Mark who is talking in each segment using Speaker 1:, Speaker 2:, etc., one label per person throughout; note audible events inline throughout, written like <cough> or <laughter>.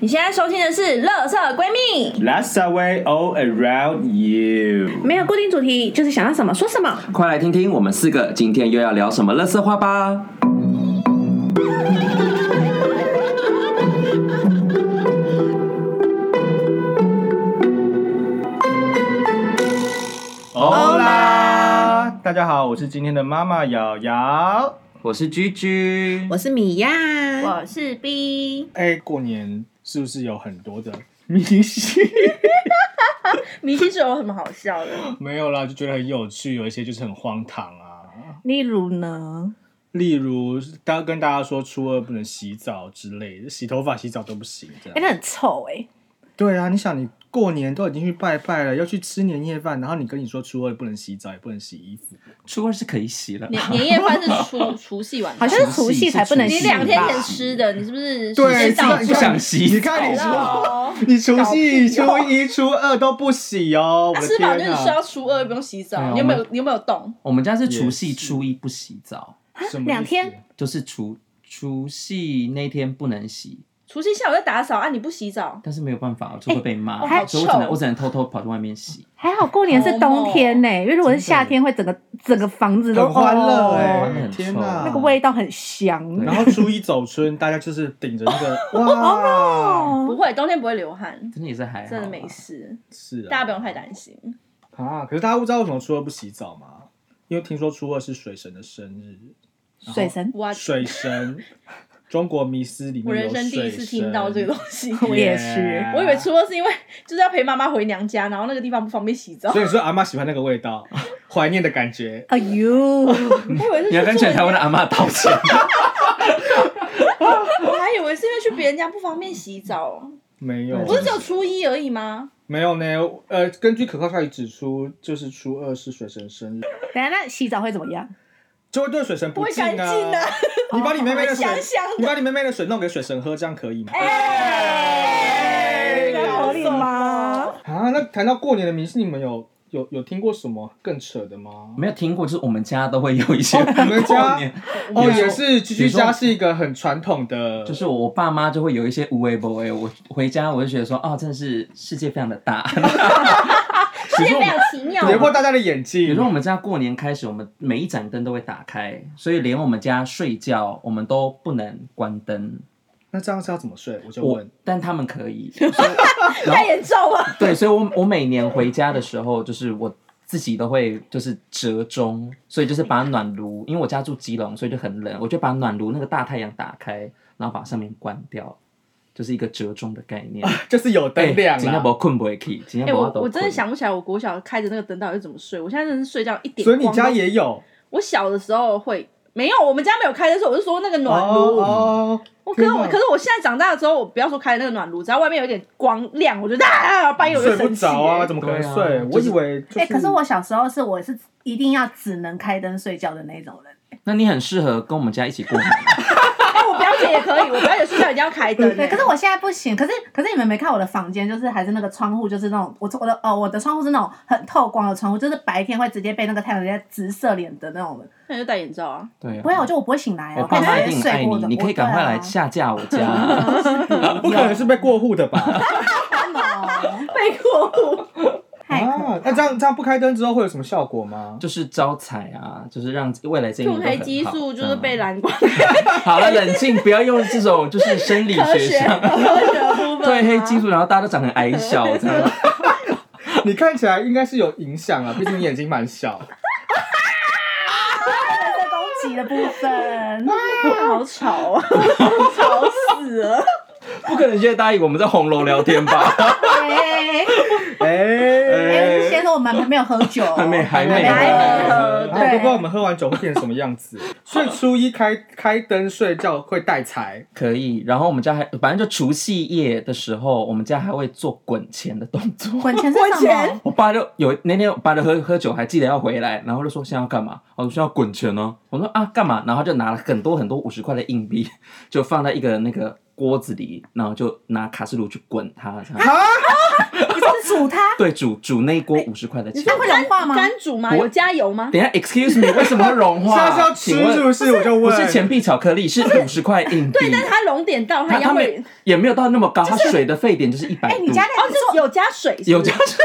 Speaker 1: 你现在收听的是《乐色闺蜜》，
Speaker 2: Let's away all around you。
Speaker 1: 没有固定主题，就是想要什么说什么。
Speaker 3: 快来听听我们四个今天又要聊什么乐色话吧！
Speaker 2: 欧啦！大家好，我是今天的妈妈瑶瑶。
Speaker 3: 我是居居，
Speaker 4: 我是米
Speaker 5: <laughs>
Speaker 4: 娅，
Speaker 1: 我是 B
Speaker 2: 哎、过年是不是有很多的迷信？
Speaker 1: 迷信是有什么好笑的？
Speaker 2: 没有啦，就觉得很有趣，有一些就是很荒唐啊。
Speaker 1: 例如呢？
Speaker 2: 例如，大跟大家说初二不能洗澡之类的，洗头发、洗澡都不行。这
Speaker 1: 哎、
Speaker 2: 样
Speaker 1: 那很臭哎、
Speaker 2: 对啊，你想，你过年都已经去拜拜了，要去吃年夜饭，然后你跟你说初二不能洗澡，也不能洗衣服，
Speaker 3: 初二是可以洗了，
Speaker 5: <laughs> 年年夜饭是除除夕晚
Speaker 1: 好
Speaker 5: 上，
Speaker 1: 像是除夕才不能
Speaker 5: 你
Speaker 1: 洗吧
Speaker 5: 两天前吃的，你是不是
Speaker 2: 对，
Speaker 5: 时间到
Speaker 2: 你
Speaker 3: 不
Speaker 2: 看
Speaker 3: 想洗
Speaker 2: 你看你说，
Speaker 1: 哦，
Speaker 2: 你除夕、初一、初二都不洗哦，我的
Speaker 5: 吃饱就
Speaker 2: 天
Speaker 5: 是
Speaker 2: 啊！
Speaker 5: 睡到初二，不用洗
Speaker 3: 对啊
Speaker 5: 澡。你有没
Speaker 3: 我
Speaker 5: 有？你有没有动？
Speaker 3: 我们家是除夕
Speaker 2: 也是
Speaker 3: 初一不洗澡，
Speaker 5: 啊
Speaker 2: 什么意思
Speaker 1: 两天
Speaker 3: 就是除除夕那天不能洗，
Speaker 5: 除夕下午在打扫啊，你不洗澡，
Speaker 3: 但是没有办法，我就会被骂，
Speaker 5: 哎
Speaker 3: 所以我只能
Speaker 5: 好臭
Speaker 3: 我只能偷偷跑去外面洗。
Speaker 1: 还好过年是冬天呢、因为如果是夏天，会整个整个房子都
Speaker 2: 很欢乐哎、
Speaker 1: 哦
Speaker 3: 真的很
Speaker 2: 天
Speaker 3: 臭
Speaker 2: 哪！
Speaker 1: 那个味道很香。
Speaker 3: 对
Speaker 2: 然后初一走春，大家就是顶着那 <laughs> 个哇，
Speaker 1: 哦
Speaker 5: 不会，冬天不会流汗，
Speaker 3: 真的也是还好，啊
Speaker 5: 真的没。事，
Speaker 2: 是啊，
Speaker 5: 大家不用太担心。
Speaker 2: 啊。可是大家不知道为什么初二不洗澡吗？因为听说初二是水神的生日，
Speaker 1: 水神，
Speaker 5: 我
Speaker 2: 水神，中国迷思里面
Speaker 5: 我人
Speaker 2: 有
Speaker 5: 生第一次
Speaker 2: 水
Speaker 5: 听到这个东西，
Speaker 2: 神，
Speaker 5: <laughs>
Speaker 1: 我也是
Speaker 2: Yeah
Speaker 5: 我以为初二是因为就是要陪妈妈回娘家，然后那个地方不方便洗澡，
Speaker 2: 所以说阿妈喜欢那个味道，怀念的感觉。
Speaker 1: 哎 <laughs> 呦，
Speaker 5: 我以为是
Speaker 3: 你要
Speaker 5: 去
Speaker 3: 跟
Speaker 5: 做
Speaker 3: 全台湾的阿妈道歉。
Speaker 5: 我还以为是因为去别人家不方便洗澡，
Speaker 2: 没有，
Speaker 5: 不是只有初一而已吗？
Speaker 2: 没有呢。呃，根据可靠消息指出，就是初二是水神生日，
Speaker 1: 等一下那洗澡会怎么样？
Speaker 2: 就会对水神
Speaker 5: 不会
Speaker 2: 敬
Speaker 5: 干净
Speaker 2: 啊
Speaker 5: 啊。
Speaker 2: 你把你妹妹的水， <laughs>
Speaker 5: 香香的
Speaker 2: 你把你妹妹的水弄给水神喝，这样可以吗？
Speaker 5: 哎
Speaker 1: 这样合理吗？
Speaker 2: 啊，那谈到过年的迷信，你们有有有听过什么更扯的吗？
Speaker 3: 没有听过，就是我们家都会有一些
Speaker 2: 哦你们家
Speaker 3: 过年
Speaker 2: 哦，
Speaker 3: 有时候
Speaker 2: 也是，居居
Speaker 3: 有时候
Speaker 2: 家是一个很传统的，
Speaker 3: 就是我爸妈就会有一些无微不微，我回家我就觉得说，哦，真的是世界非常的大。 <laughs>
Speaker 5: 世界非常奇妙
Speaker 2: 跌破大家的眼
Speaker 3: 比如
Speaker 2: 镜
Speaker 3: 说。我们家过年开始，我们每一盏灯都会打开，所以连我们家睡觉我们都不能关灯。
Speaker 2: 那这样是要怎么睡？我就
Speaker 3: 我
Speaker 2: 问，
Speaker 3: 但他们可
Speaker 5: <laughs>
Speaker 3: 以，
Speaker 5: 太严重了。
Speaker 3: 对，所以我我每年回家的时候，就是我自己都会就是折中，所以就是把暖炉，因为我家住基隆，所以就很冷，我就把暖炉那个大太阳打开，然后把上面关掉，就是一个折中的概念。
Speaker 2: <laughs> 就是有灯亮
Speaker 3: 今
Speaker 2: 啦。
Speaker 3: 天哎不困不会起，今
Speaker 5: 哎、
Speaker 3: 天不
Speaker 5: 我我真的，想不起来，我国小开着那个灯到底是怎么睡。我现在真的是睡觉一点
Speaker 2: 所
Speaker 5: 光
Speaker 2: 以
Speaker 5: 都。
Speaker 2: 你家也有
Speaker 5: 我小的时候会没有，我们家没有开的时候，我是说那个暖炉。
Speaker 2: 哦，
Speaker 5: 我可是我
Speaker 2: 天哪
Speaker 5: 可是我现在长大了之后，我不要说开那个暖炉，只要外面有点光亮，我就啊，半夜我就
Speaker 2: 睡不
Speaker 5: 生气、
Speaker 2: 着啊，
Speaker 5: 欸。
Speaker 2: 怎么可能
Speaker 3: 对
Speaker 2: 睡
Speaker 3: 啊？
Speaker 2: 我
Speaker 3: 就
Speaker 2: 以
Speaker 3: 是
Speaker 2: 为
Speaker 1: 哎、
Speaker 2: 就是
Speaker 1: 可是我小时候是我是一定要只能开灯睡觉的那种人。
Speaker 3: 那你很适合跟我们家一起过年。
Speaker 5: 哎、我表姐也可以，我表姐睡觉一定要开 <laughs> 灯、
Speaker 1: 对，
Speaker 5: 欸。
Speaker 1: 可是我现在不行。可是可是你们没看我的房间，就是还是那个窗户，就是那种我我的哦，我的窗户是那种很透光的窗户，就是白天会直接被那个太阳直接直射脸的那种的。
Speaker 5: 那你就戴眼罩啊。
Speaker 3: <laughs> 对、啊，
Speaker 1: 不会，我就我不会醒来啊，
Speaker 3: 我爸妈
Speaker 1: 感
Speaker 3: 一
Speaker 1: 觉
Speaker 3: 定
Speaker 1: 睡
Speaker 3: 爱
Speaker 1: 过
Speaker 3: 你
Speaker 1: 的。，
Speaker 3: 你可以赶快来
Speaker 1: <laughs>
Speaker 3: 下架我家、啊
Speaker 5: 哎
Speaker 2: 哎不可能是被过户的吧？
Speaker 1: 看哦，
Speaker 5: <laughs> 被过 <laughs> 户，
Speaker 1: 太可怕
Speaker 3: 哦
Speaker 2: 啊，那这样这样不开灯之后会有什么效果吗？ <laughs>
Speaker 3: 就是招财啊，就是让未来这一年
Speaker 5: 褪
Speaker 3: 都
Speaker 5: 黑
Speaker 3: 很
Speaker 5: 激
Speaker 3: 好
Speaker 5: 素就
Speaker 3: 这
Speaker 5: 是
Speaker 2: 嗯
Speaker 3: 样
Speaker 5: 被蓝光
Speaker 3: 好了，冷静，不要用这种就是生理
Speaker 5: 科
Speaker 3: 学
Speaker 5: 学 <laughs>
Speaker 3: 上
Speaker 5: 科学的部分、啊。
Speaker 3: 对黑激素，然后大家都长得很矮小这
Speaker 5: <laughs>
Speaker 3: 样。
Speaker 2: 你看起来应该是有影响啊，毕竟你眼睛
Speaker 1: <laughs>
Speaker 2: 蛮小。
Speaker 1: 在攻击的部
Speaker 3: <laughs>
Speaker 1: 分，
Speaker 5: 好吵啊，吵死了！
Speaker 3: 不可能现在答应我们在红楼聊天吧？ <laughs>
Speaker 1: 哎哎，
Speaker 2: 哎
Speaker 1: 先说我们还没有喝酒哦，
Speaker 3: 呃 <laughs> 还没还没
Speaker 1: 还没
Speaker 5: 喝
Speaker 2: 哎
Speaker 1: 对
Speaker 2: 不知道我们喝完酒会变成什么样
Speaker 1: <laughs>
Speaker 2: 子。所以初一开开灯睡觉会带财，
Speaker 3: 可以。然后我们家还反正就除夕夜的时候，我们家还会做滚钱的动作。
Speaker 1: 滚钱是
Speaker 5: 滚
Speaker 1: 什么
Speaker 5: 钱？
Speaker 3: 我爸就有那天我爸就喝喝酒，还记得要回来，然后就说现在要干嘛？我说现在要哦 <laughs> 滚钱呢、我说啊干嘛？然后他就拿了很多很多五十块的硬币，就放在一个那个锅子里，然后就拿卡式炉去滚它，这样
Speaker 2: 啊，
Speaker 1: 你是煮它，
Speaker 3: 对煮煮那一锅五十块的钱。
Speaker 1: 它会融化吗？
Speaker 5: 干煮吗？
Speaker 3: 我
Speaker 5: 有加油吗？
Speaker 3: 等一下，excuse me，为什么会融
Speaker 2: <laughs> 现
Speaker 3: 化？
Speaker 2: 在是要
Speaker 3: 请
Speaker 2: 吃
Speaker 3: 问
Speaker 2: 是不是？我就
Speaker 3: 不
Speaker 2: 问，
Speaker 3: 是钱币巧克力，是五十块硬币。
Speaker 5: 对，但是它熔点到它
Speaker 3: 它
Speaker 5: 一样
Speaker 3: 它
Speaker 5: 会
Speaker 3: 没，也没有到那么高，它水的沸点嗯就是一百
Speaker 1: 哎，
Speaker 3: 度
Speaker 1: 你。家那
Speaker 5: 哦，
Speaker 1: 个
Speaker 5: 是
Speaker 1: 做
Speaker 5: 有加水是不是
Speaker 3: 有加水，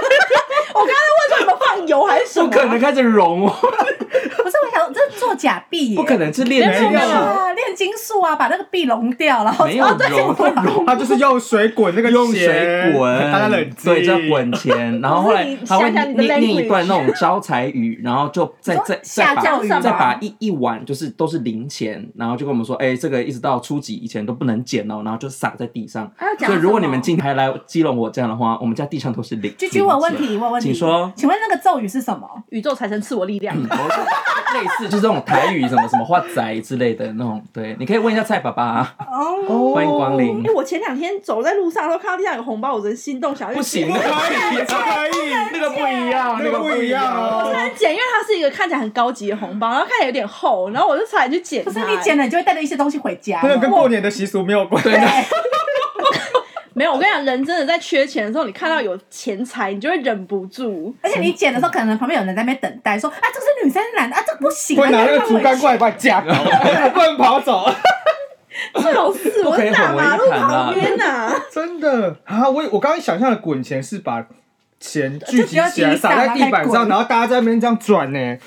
Speaker 5: 我刚刚在问说你们放油还是什
Speaker 3: 不
Speaker 5: 么？啊
Speaker 3: 可能开始融哦，
Speaker 1: 不是我想这是做假币耶，
Speaker 3: 不可能啊是炼
Speaker 2: 没
Speaker 3: 金
Speaker 2: 有
Speaker 1: 对
Speaker 3: 术，
Speaker 1: 啊，炼金术啊，把那个币融掉，然后
Speaker 3: 没有
Speaker 1: 哦对
Speaker 3: 融，它融
Speaker 2: 他就是用水滚那个
Speaker 3: 用
Speaker 2: 钱
Speaker 3: 水滚，
Speaker 2: 大家冷静，
Speaker 3: 对，叫滚钱，然后后来他会
Speaker 5: 你想想你
Speaker 3: 念
Speaker 5: 的
Speaker 3: 念
Speaker 5: language
Speaker 3: 一段那种招财语，然后就再
Speaker 1: 你说
Speaker 3: 再
Speaker 1: 下
Speaker 3: 再把
Speaker 1: 降
Speaker 5: 什么
Speaker 3: 再把一一碗就是都是零钱，然后就跟我们说，哎，这个一直到初几以前都不能捡哦，然后就撒在地上。
Speaker 5: 还要讲
Speaker 3: 所以如果你
Speaker 5: 什
Speaker 3: 们
Speaker 5: 么
Speaker 3: 近台来基隆我这样的话，我们家地上都是
Speaker 5: <laughs>
Speaker 3: 零。
Speaker 1: 居居，我有问题，我有问题，
Speaker 3: 请说
Speaker 1: 请问那个咒语是什么？
Speaker 5: 宇宙财神赐我力量，
Speaker 3: 零钱，我类似就是这种台语什么什么话仔之类的那种，对，你可以问一下蔡爸爸啊，
Speaker 1: 哦，
Speaker 2: 哦
Speaker 3: 欢迎光临
Speaker 5: 哎、。我前两天走在路上都看到地上有红包，我真心动，想要去
Speaker 3: 不行，
Speaker 2: 不
Speaker 3: 那
Speaker 2: 可
Speaker 3: 个
Speaker 2: 以，不可以，
Speaker 3: 那个不一样，
Speaker 2: 那个不一样
Speaker 5: 捡。我
Speaker 2: 哦。
Speaker 5: 才捡，因为它是一个看起来很高级的红包，然后看起来有点厚，然后我就差点去捡。
Speaker 1: 不是你捡，了，你就会带着一些东西回家
Speaker 2: 那个
Speaker 1: 吗。
Speaker 2: 跟过年的习俗没有关。
Speaker 3: 对，那
Speaker 5: 没有，我跟你讲，人真的在缺钱的时候，你看到有钱财，你就会忍不住。
Speaker 1: 而且你捡的时候，可能旁边有人在那边等待，说啊，这个是女生男的啊，这个不行啊，
Speaker 2: <laughs> 会拿那个
Speaker 1: 这
Speaker 2: 竹竿过来把你架
Speaker 3: <laughs>
Speaker 2: 倒，我不能跑走。
Speaker 5: 笑死，我
Speaker 3: 可以
Speaker 5: 在大
Speaker 3: 混为
Speaker 5: 马
Speaker 3: 一
Speaker 5: 路
Speaker 3: 谈啊
Speaker 5: 旁边呐、啊，
Speaker 2: 真的啊！我我刚刚想象的滚钱是把钱聚集起来
Speaker 1: 就只有地上
Speaker 2: 撒在地
Speaker 1: 然
Speaker 2: 板
Speaker 1: 后再
Speaker 2: 上，
Speaker 1: 滚
Speaker 2: 然后大家在那边这样转呢。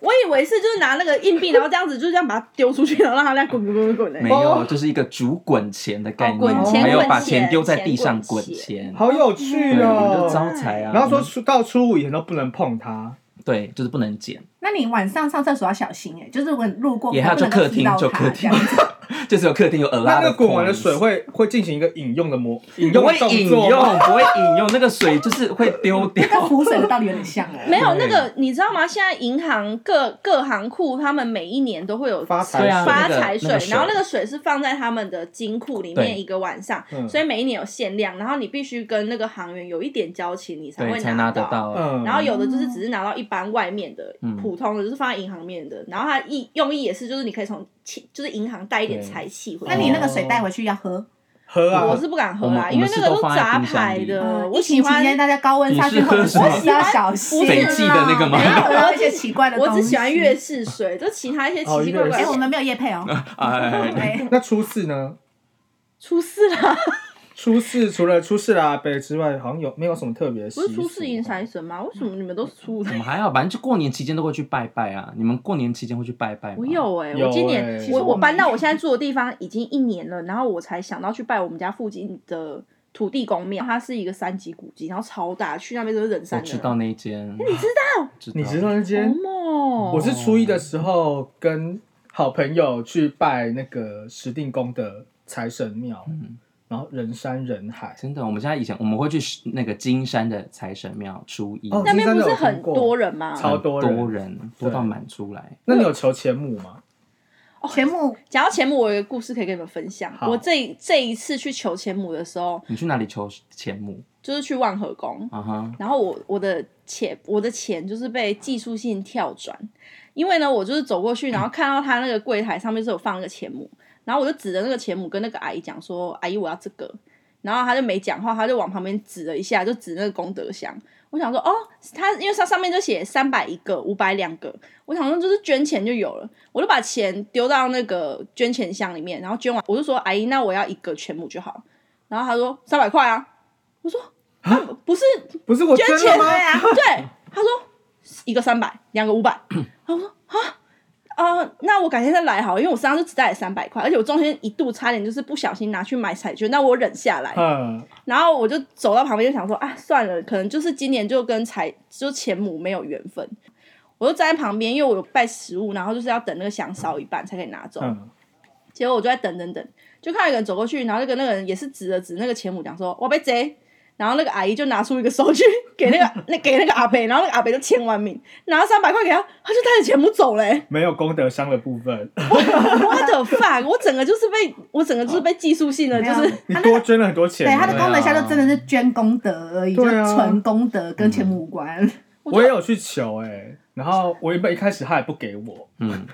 Speaker 5: 我以为是就是拿那个硬币，然后这样子就这样把它丢出去，然后让它这样滚滚滚滚滚
Speaker 3: 没
Speaker 5: 嘞。
Speaker 2: 哦
Speaker 3: 有，就是一个煮滚钱的概
Speaker 5: 哦
Speaker 3: 念，
Speaker 5: 滚
Speaker 2: 钱
Speaker 3: 还有
Speaker 2: 滚
Speaker 3: 把
Speaker 5: 钱
Speaker 3: 钱丢在地上
Speaker 5: 钱滚
Speaker 3: 滚
Speaker 5: 钱
Speaker 3: 钱，
Speaker 2: 好有趣
Speaker 3: 对，我们就
Speaker 2: 哦！
Speaker 3: 招财啊。
Speaker 2: 然后说
Speaker 3: 我们
Speaker 2: 初到初五以前都不能碰它，
Speaker 3: 对，就是不能捡，
Speaker 1: 那你晚上上厕所要小心哎，就是如果你路过，
Speaker 3: 也还有
Speaker 1: 不能
Speaker 3: 就客厅
Speaker 1: 踢到
Speaker 3: 就
Speaker 1: 它
Speaker 3: 客厅
Speaker 1: 这样子 <laughs>
Speaker 3: <laughs> 就是有客厅有鹅
Speaker 2: <laughs> 那
Speaker 3: 拉
Speaker 2: 那个滚完的
Speaker 3: coins
Speaker 2: 水会会进行一个饮用的模饮
Speaker 3: 不
Speaker 2: 用
Speaker 3: 会
Speaker 2: 的动
Speaker 3: 饮
Speaker 2: 作
Speaker 3: 用，
Speaker 2: 吗，
Speaker 3: 不会饮用，那个水就是会丢掉。
Speaker 1: 跟湖水的道理有点像
Speaker 3: <laughs>
Speaker 1: 哎。
Speaker 5: 没有那
Speaker 3: 对
Speaker 5: 个，你知道吗？现在银行各各行库，他们每一年都会有
Speaker 2: 发财
Speaker 3: <laughs> 对啊
Speaker 5: 发
Speaker 3: 那个
Speaker 5: 财水，
Speaker 3: 那个水
Speaker 5: 然后那个水是放在他们的金库里
Speaker 3: 对
Speaker 5: 面一个晚上，
Speaker 2: 嗯
Speaker 5: 所以每一年有限量，然后你必须跟那个行员有一点交情，你
Speaker 3: 对，
Speaker 5: 会
Speaker 3: 才拿
Speaker 5: 到。
Speaker 3: 得到。
Speaker 2: 嗯，
Speaker 5: 然后有的就是只是拿到一般外面的、
Speaker 3: 嗯
Speaker 5: 普通的，就是放在银行面的，然后它意用意也是就是你可以从气，就是银行带一点财气回
Speaker 1: 那
Speaker 5: 来。
Speaker 1: 你那个水带回去要喝，
Speaker 2: 喝
Speaker 5: 我
Speaker 2: 啊，
Speaker 5: 是不敢喝
Speaker 3: 我
Speaker 5: 啦，
Speaker 3: 们
Speaker 5: 因为那个
Speaker 3: 我们是都放在
Speaker 5: 杂
Speaker 3: 冰箱
Speaker 5: 牌
Speaker 3: 里
Speaker 5: 的，呃我
Speaker 1: 疫
Speaker 5: 喜
Speaker 1: 情期
Speaker 5: 欢
Speaker 1: 间大家高温下去
Speaker 3: 你是
Speaker 1: 喝
Speaker 3: 喝
Speaker 1: 水
Speaker 3: 什么
Speaker 1: 是要小心。
Speaker 3: 斐济的那个吗
Speaker 5: 不是啦
Speaker 1: 喝
Speaker 5: <laughs>
Speaker 1: 到一些奇怪的
Speaker 5: 我
Speaker 1: 东西。
Speaker 5: 只喜欢月式水，就其他一些奇奇怪怪
Speaker 1: 哎，我
Speaker 5: 的。
Speaker 1: 们没有夜配哦。
Speaker 3: <laughs> 哎，
Speaker 1: 哎，
Speaker 2: 那初四呢？
Speaker 5: 出事啦！
Speaker 2: 初四除了初四啦北之外，好像有没有什么特别的习
Speaker 5: 不
Speaker 2: 俗？
Speaker 5: 是出事迎财神吗？为什么你们都是出
Speaker 3: 我
Speaker 5: 的？ <laughs>
Speaker 3: 们还好，反正就过年期间都会去拜拜啊。你们过年期间会去拜拜吗？
Speaker 5: 我有哎、
Speaker 2: 有
Speaker 5: 我今
Speaker 2: 欸
Speaker 5: 年
Speaker 2: 其实
Speaker 5: 我
Speaker 1: 我
Speaker 5: 我
Speaker 1: 们
Speaker 5: 搬到我现在住的地方已经一年了，然后我才想到去拜我们家附近的土地公庙，它是一个三级古迹，然后超大，去那边都是人
Speaker 3: 我
Speaker 5: 山人
Speaker 3: 知
Speaker 5: 海。
Speaker 3: 道那一间，你知道？
Speaker 2: 你知道那间
Speaker 5: 好猛哦！
Speaker 2: 我是初一的时候跟好朋友去拜那个石定宫的财神庙，然后人山人海。
Speaker 3: 真的，我们家以前我们会去那个金山的财神庙初一，
Speaker 2: 哦
Speaker 5: 那边
Speaker 2: 金
Speaker 5: 不
Speaker 2: 山
Speaker 5: 是
Speaker 2: 的我
Speaker 5: 很
Speaker 2: 听过
Speaker 5: 多人吗？
Speaker 2: 超多人
Speaker 3: 多人多到满出来。
Speaker 2: 那你有求钱母吗？
Speaker 1: 全部
Speaker 5: 讲到钱母，我有一个故事可以跟你们分享。
Speaker 2: 好
Speaker 5: 我这这一次去求钱母的时候，
Speaker 3: 你去哪里求钱母？
Speaker 5: 就是去万和宫，
Speaker 3: 啊哈，
Speaker 5: 然后我我的钱我的钱就是被技术性跳转，因为呢，我就是走过去，然后看到他那个柜台上面是有放那个钱母，然后我就指着那个钱母跟那个阿姨讲说：“阿姨，我要这个。”然后他就没讲话，他就往旁边指了一下，就指那个功德箱。我想说，哦，他因为它上面就写三百一个，五百两个，我想说就是捐钱就有了，我就把钱丢到那个捐钱箱里面，然后捐完我就说，阿姨，那我要一个全母就好。然后他说三百块啊，我说啊不是
Speaker 2: 不是我捐
Speaker 5: 捐
Speaker 2: 了
Speaker 5: 钱
Speaker 2: 吗？嗯
Speaker 5: 啊，对，他说一个三百，两个五百，然后我说啊。呃，那我改天再来好了，因为我身上就只带了三百块，而且我中间一度差点就是不小心拿去买彩券，但我忍下来，
Speaker 2: 嗯，
Speaker 5: 然后我就走到旁边就想说啊，算了，可能就是今年就跟财就钱母没有缘分。我就站在旁边，因为我有拜食物，然后就是要等那个香烧一半才可以拿走。
Speaker 2: 嗯，
Speaker 5: 结果我就在等等等，就看到一个人走过去，然后就跟那个人也是指了指那个钱母讲说：“我被贼。”然后那个阿姨就拿出一个收据给那个那给那个阿伯，然后那个阿伯就签完名，拿三百块给他，他就带着钱母走嘞、
Speaker 2: 没有功德箱的部分，
Speaker 5: 啊 What the fuck！我整个就是被我整个就是被技术性的，
Speaker 1: 哦没
Speaker 5: 就
Speaker 1: 有
Speaker 5: 是
Speaker 2: 啊你多捐了很多钱。欸
Speaker 1: 对他的
Speaker 3: 对啊
Speaker 1: 功德箱就真的是捐功德而已，就
Speaker 2: 对啊嗯
Speaker 1: 纯功德跟钱母无关。
Speaker 2: 我也有去欸求哎、然后我原本一开始他也不给我，
Speaker 3: 嗯，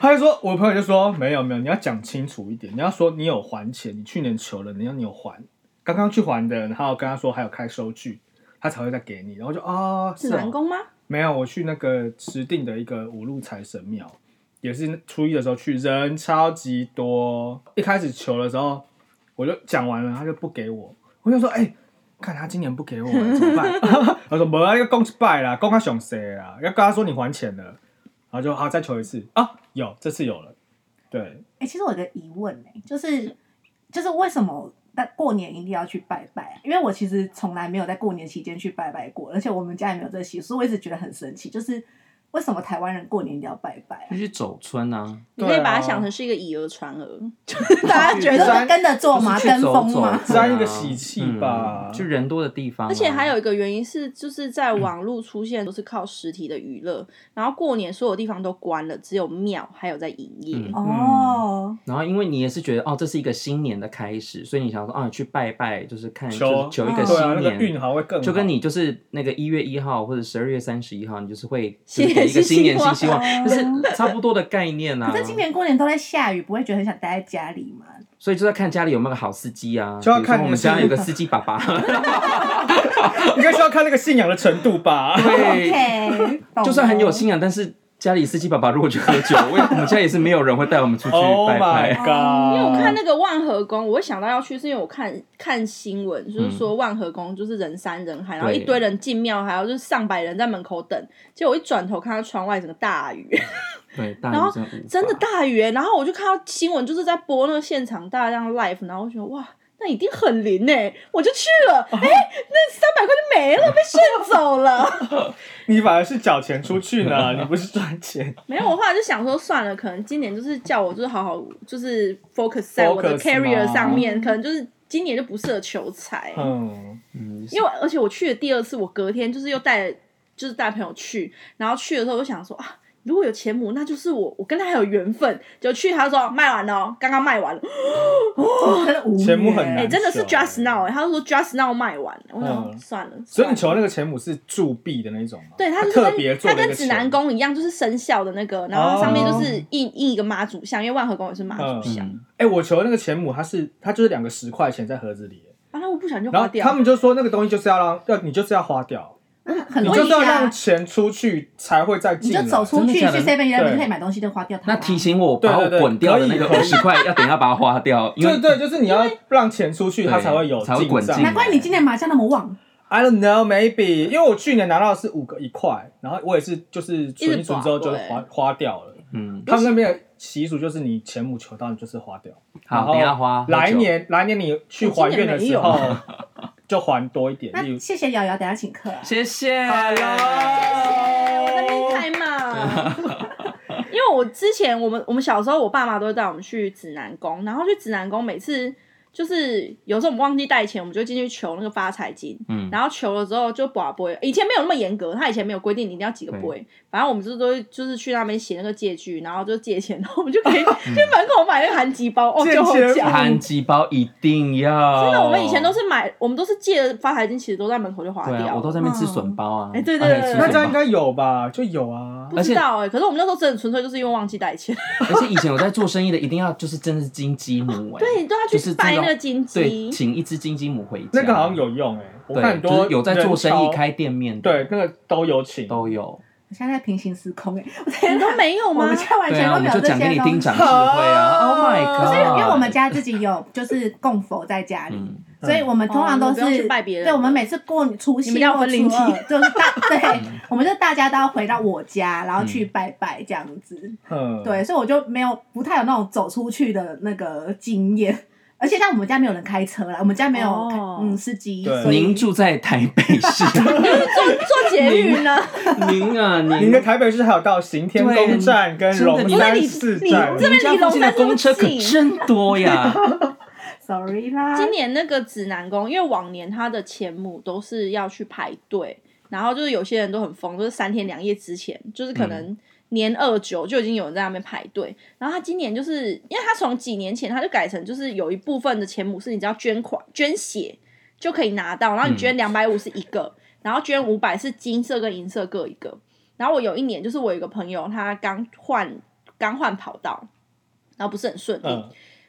Speaker 2: 他就说，我朋友就说哦没有没有，你要讲清楚一点，你要说你有还钱，你去年求了，你要你有还，刚刚去还的，然后跟他说还有开收据，他才会再给你。然后就哦，
Speaker 5: 指
Speaker 2: 是哦
Speaker 5: 南宫吗？
Speaker 2: 没有，我去那个石定的一个五路财神庙，也是初一的时候去，人超级多。一开始求的时候，我就讲完了，他就不给我，我就说，哎、看他今年不给我怎么办？ <laughs> 他说没啊，要供拜啦，供他熊谁啦？要跟他说你还钱了，然后就好再求一次啊，有这次有了，对，
Speaker 1: 哎、其实我有个疑问哎、就是就是为什么在过年一定要去拜拜、啊？因为我其实从来没有在过年期间去拜拜过，而且我们家也没有这个习俗，所以我一直觉得很神奇，就是为什么台湾人过年一定要拜拜、啊 <laughs>
Speaker 3: 就？去走村啊，
Speaker 5: 你可以
Speaker 2: 对啊
Speaker 5: 把它想成是一个以讹传讹，就是大家觉
Speaker 1: 觉
Speaker 5: 得。
Speaker 1: 得跟着做吗？
Speaker 3: 就是
Speaker 1: 跟
Speaker 3: 去走
Speaker 1: 风
Speaker 3: 走
Speaker 1: 吗？，
Speaker 2: 沾一个喜气吧
Speaker 3: 嗯去人多的地方啊，
Speaker 5: 而且还有一个原因是，就是在网络出现都是靠实体的娱乐，然后过年所有地方都关了，只有庙还有在营业。
Speaker 3: 嗯
Speaker 1: 哦，
Speaker 3: 然后因为你也是觉得哦，这是一个新年的开始，所以你想说啊，去拜拜，就是看
Speaker 2: 求
Speaker 3: 就是求一个
Speaker 1: 嗯
Speaker 3: 新
Speaker 2: 对啊，那个
Speaker 3: 年。
Speaker 2: 运好会更好
Speaker 3: 就跟你就是那个一月一号或者十二月三十一号，你就是会就是给一
Speaker 5: 新
Speaker 3: 个
Speaker 5: 年新
Speaker 3: 新年新希
Speaker 5: 希
Speaker 3: 望
Speaker 5: 望，
Speaker 3: 就是差不多的概念啊
Speaker 1: 呃可。是今年过年都在下雨，不会觉得很想待在家里吗？
Speaker 3: 所以就要看家里有没有个好司机啊，
Speaker 2: 就要
Speaker 3: 比如说
Speaker 2: 看
Speaker 3: 我
Speaker 2: 你
Speaker 3: 们
Speaker 2: 是
Speaker 3: 家有个司机爸
Speaker 2: <laughs>
Speaker 3: 爸，
Speaker 2: 应该是要看那个信仰的程度
Speaker 3: <laughs>
Speaker 2: 吧。
Speaker 3: 对，
Speaker 1: <laughs> OK，懂
Speaker 3: 就算很有
Speaker 1: 了
Speaker 3: 信仰，但是家里司机爸爸如果去喝酒，我也我们家也是没有人会带我们出去
Speaker 2: Oh my
Speaker 3: 拜拜。
Speaker 2: god！
Speaker 5: 因为我哦看那个万和宫，我会想到要去，是因为我看看新闻，
Speaker 2: 嗯
Speaker 5: 就是说万和宫就是人山人海，然后一堆人进庙，还有就是上百人在门口等。结果我一转头看到窗外整个大雨，
Speaker 3: 对，大
Speaker 5: 然
Speaker 3: 家
Speaker 5: 后
Speaker 3: 真的无法
Speaker 5: 真的大雨、欸，然后我就看到新闻就是在播那个现场大量 live，然后我觉得哇。那一定很灵哎、我就去了，
Speaker 2: 哦
Speaker 5: 哎、那三百块就没了，被顺走了。 <laughs>
Speaker 2: 你反而是缴钱出去呢，你不是赚钱。
Speaker 5: 没有，我后来就想说算了，可能今年就是叫我就是好好就是 focus 在我
Speaker 2: Focus
Speaker 5: 的
Speaker 2: 嘛
Speaker 5: career 上面，可能就是今年就不适合求财。
Speaker 2: 嗯，
Speaker 3: 嗯，
Speaker 5: 因为而且我去的第二次，我隔天就是又带就是带朋友去，然后去的时候我就想说啊，如果有钱母，那就是我，我跟他还有缘分。就去他就说卖完了哦，刚刚卖完了，
Speaker 1: 真的无
Speaker 2: 钱
Speaker 1: 语
Speaker 2: 不很
Speaker 1: 欸
Speaker 5: 哎、
Speaker 2: 难
Speaker 5: 真的是
Speaker 2: 是哦
Speaker 5: just now，、欸、他就说 just now 卖完了，我想说、
Speaker 2: 嗯
Speaker 5: 算了，
Speaker 2: 所以你
Speaker 5: 算
Speaker 2: 求
Speaker 5: 了。
Speaker 2: 那个钱母是铸币的那种吗？
Speaker 5: 对，他就是
Speaker 2: 特别
Speaker 5: 跟
Speaker 2: 做
Speaker 5: 他
Speaker 2: 了一
Speaker 5: 跟
Speaker 2: 个
Speaker 5: 指南
Speaker 2: 钱，
Speaker 5: 宫一样，就是生肖的那个，然后它上面
Speaker 2: 哦
Speaker 5: 就是印印一个妈祖像，因为万和宫也是妈祖像。
Speaker 3: 嗯
Speaker 2: 哎，我求的那个钱母，它是它就是两个十块钱在盒子里，
Speaker 5: 啊，那我不想就
Speaker 2: 然
Speaker 5: 花
Speaker 2: 后
Speaker 5: 掉。
Speaker 2: 他们就说那个东西就是要让要你就是要花掉，
Speaker 1: 很
Speaker 2: 你
Speaker 1: 多
Speaker 2: 就是要
Speaker 1: 啊
Speaker 2: 让钱出去才会再
Speaker 1: 你
Speaker 2: 进来。
Speaker 1: 就走出去去
Speaker 3: 真的假的
Speaker 1: Seven Eleven
Speaker 2: 对
Speaker 1: 可以买东西就花掉它啊啦。
Speaker 3: 那提醒我
Speaker 2: 对
Speaker 3: 把我
Speaker 2: 对对
Speaker 3: 滚掉的那个
Speaker 2: 可以
Speaker 3: 五十块，要等一下把它花掉，因为
Speaker 2: 对对，就是你要让钱出去，
Speaker 3: 对
Speaker 2: 它才会有
Speaker 3: 才会
Speaker 2: 进
Speaker 3: 滚
Speaker 2: 账
Speaker 3: 进来
Speaker 1: 难怪你今年麻将那么旺，
Speaker 2: I don't know, maybe，因为我去年拿到的是五个一块，然后我也是就是存一存之后就
Speaker 5: 一直保
Speaker 2: 花花掉了。
Speaker 3: 嗯，
Speaker 2: 他们那边的习俗就是你钱母求到你就是花掉，然
Speaker 3: 啊好，
Speaker 2: 后
Speaker 3: 等一下花。喝
Speaker 2: 来
Speaker 3: 酒
Speaker 2: 年来年你去还愿的时
Speaker 5: 我
Speaker 2: 候 <laughs> 就还多一点，例
Speaker 1: 那
Speaker 2: 如。
Speaker 1: 谢谢瑶瑶，等下请客啊。
Speaker 3: 谢谢。
Speaker 5: 哎在那边开
Speaker 3: <laughs>
Speaker 5: 嘛。因为我之前我们我们小时候，我爸妈都会带我们去指南宫，然后去指南宫每次就是有时候我们忘记带钱，我们就进去求那个发财金，
Speaker 3: 嗯
Speaker 5: 然后求了之后就卜杯，以前没有那么严格，他以前没有规定你一定要几个
Speaker 3: 对
Speaker 5: 杯，反正我们就都就是去那边写那个借据，然后就借钱，然后我们就可以
Speaker 3: <laughs>
Speaker 5: 去门口买那个韩籍包，哦，
Speaker 2: 借
Speaker 5: 就好
Speaker 2: 钱
Speaker 5: 讲。
Speaker 3: 含鸡包一定要。
Speaker 5: 真的，我们以前都是买，我们都是借了发财金，其实都在门口就花
Speaker 3: 对
Speaker 5: 掉
Speaker 3: 啊，
Speaker 5: 了。
Speaker 3: 我都在那边吃笋包啊。
Speaker 5: 哎对对对对
Speaker 2: 那
Speaker 3: 那
Speaker 2: 这样应该有吧？就有啊。
Speaker 5: 不知道哎、可是我们那时候真的纯粹就是因为忘记带钱。
Speaker 3: <laughs> 而且以前我在做生意的，一定要就是真的是金鸡母哎。
Speaker 5: 对，你都要
Speaker 3: 就
Speaker 5: 去
Speaker 3: 是
Speaker 5: 掰
Speaker 3: 这种
Speaker 5: 那个金
Speaker 3: 对，
Speaker 5: 鸡。
Speaker 3: 请一只金鸡母回家。
Speaker 2: 那个好像。有用哎、我看很
Speaker 3: 对，就
Speaker 2: 多
Speaker 3: 是有在做生
Speaker 2: 人
Speaker 3: 意
Speaker 2: 潮
Speaker 3: 开店面的，
Speaker 2: 对，那个都有请。
Speaker 3: 都有。
Speaker 1: 我现在在平行时空哎、我
Speaker 5: 你
Speaker 1: 在
Speaker 5: 都没有
Speaker 1: 我
Speaker 5: 吗
Speaker 1: 们？家完
Speaker 3: 对
Speaker 1: 全都
Speaker 3: 啊，我
Speaker 1: 没
Speaker 3: 们
Speaker 1: 有
Speaker 3: 就
Speaker 1: 这
Speaker 3: 讲给
Speaker 1: 些
Speaker 3: 你
Speaker 1: 东
Speaker 3: 丁
Speaker 1: 西。哦
Speaker 3: 长智慧啊！Oh my
Speaker 2: 可
Speaker 1: 所
Speaker 3: god！
Speaker 1: 以因为我们家自己有就是供佛在家里，
Speaker 3: 嗯
Speaker 1: 所以我们通常都是、
Speaker 5: 哦你们不用去拜别人
Speaker 1: 对，我们每次过除夕
Speaker 5: 你们家有
Speaker 1: 或
Speaker 5: 分灵
Speaker 1: 初
Speaker 5: 体
Speaker 1: 二，就是大 <laughs> 对，
Speaker 3: 嗯
Speaker 1: 我们就大家都要回到我家，然后去拜拜这样子。
Speaker 2: 嗯，
Speaker 1: 对，所以我就没有不太有那种走出去的那个经验。而且像我们家没有人开车啦，我们家没有开、
Speaker 5: 哦
Speaker 1: 嗯司机，
Speaker 2: 对
Speaker 1: 所以
Speaker 3: 您住在台北
Speaker 1: <laughs>
Speaker 3: 市，
Speaker 5: 做捷运呢？
Speaker 3: 您啊，
Speaker 2: 您
Speaker 3: 您
Speaker 2: 的台北市还有到行天宫站跟
Speaker 3: 真的
Speaker 2: 龙
Speaker 3: 因为
Speaker 2: 山
Speaker 5: 你
Speaker 2: 寺
Speaker 5: 你
Speaker 2: 站，
Speaker 5: 这边
Speaker 3: 您家附近的公车可真多
Speaker 1: <laughs>
Speaker 3: 呀！
Speaker 1: sorry 啦。
Speaker 5: 今年那个指南宫，因为往年他的前母都是要去排队，然后就是有些人都很疯，就是三天两夜之前，就是可能年二九就已经有人在那边排队。然后他今年就是，因为他从几年前他就改成，就是有一部分的前母是你只要捐款捐血就可以拿到，然后你捐两百五是一个，然后捐五百是金色跟银色各一个。然后我有一年，就是我有一个朋友，他刚换刚换跑道，然后不是很顺利，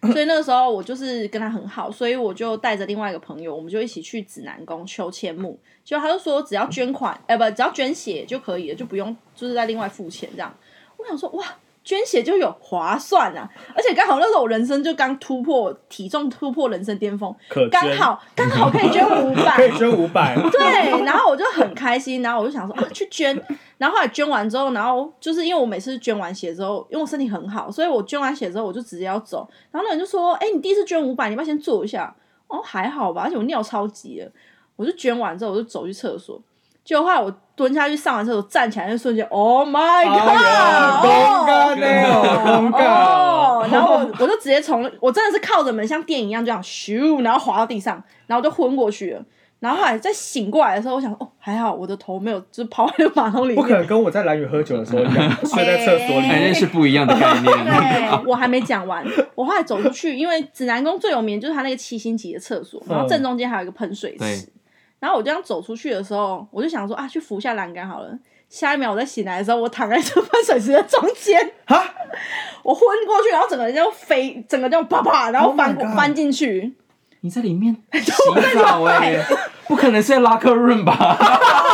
Speaker 2: 嗯，
Speaker 5: 所以那个时候我就是跟他很好，所以我就带着另外一个朋友，我们就一起去指南宫修千木。就他就说只要捐款，哎、不，只要捐血就可以了，就不用就是再另外付钱这样。我想说哇，捐血就有划算啊！而且刚好那时候我人生就刚突破体重突破人生巅峰，
Speaker 2: 可
Speaker 5: 刚
Speaker 2: 捐
Speaker 5: 好啊刚好可以捐五百，
Speaker 2: 可以捐五百， <laughs>
Speaker 5: 对，然后我就很开心，然后我就想说啊，去捐。然后后来捐完之后，然后就是因为我每次捐完血之后，因为我身体很好，所以我捐完血之后我就直接要走。然后那人就说：“哎、你第一次捐五百，你要不要先坐一下？”哦，还好吧，而且我尿超级了。我就捐完之后，我就走去厕所。结果后来我蹲下去上完厕所，站起来那瞬间，Oh my
Speaker 2: 呀
Speaker 5: god！
Speaker 2: 公干呢
Speaker 5: 哦
Speaker 2: 哦，公
Speaker 5: 哦，
Speaker 2: 干，
Speaker 5: 然后我我就直接从我真的是靠着门像电影一样这样咻，然后滑到地上，然后就昏过去了。然后后来再醒过来的时候，我想哦还好我的头没有就是抛在马桶里
Speaker 2: 不可
Speaker 5: 面。
Speaker 2: 能跟我在蓝雨喝酒的时候一样，睡在厕所
Speaker 1: 哎
Speaker 2: 里。
Speaker 3: 反正是不一样的概念。
Speaker 1: <laughs>
Speaker 5: 对，哎我还没讲完。我后来走出去，因为指南宫最有名就是它那个七星级的厕所，然后正中间还有一个喷水池。然后我这样走出去的时候，我就想说啊，去扶一下栏杆好了。下一秒我再醒来的时候，我躺在这喷水池的中间，
Speaker 2: 哈，
Speaker 5: 我昏过去，然后整个人就飞，整个就啪啪，然后
Speaker 2: Oh my
Speaker 5: 翻过
Speaker 2: God
Speaker 5: 翻进去。
Speaker 3: 你在里面洗澡
Speaker 1: <laughs>
Speaker 3: 哎、不可能是在拉客 room 吧？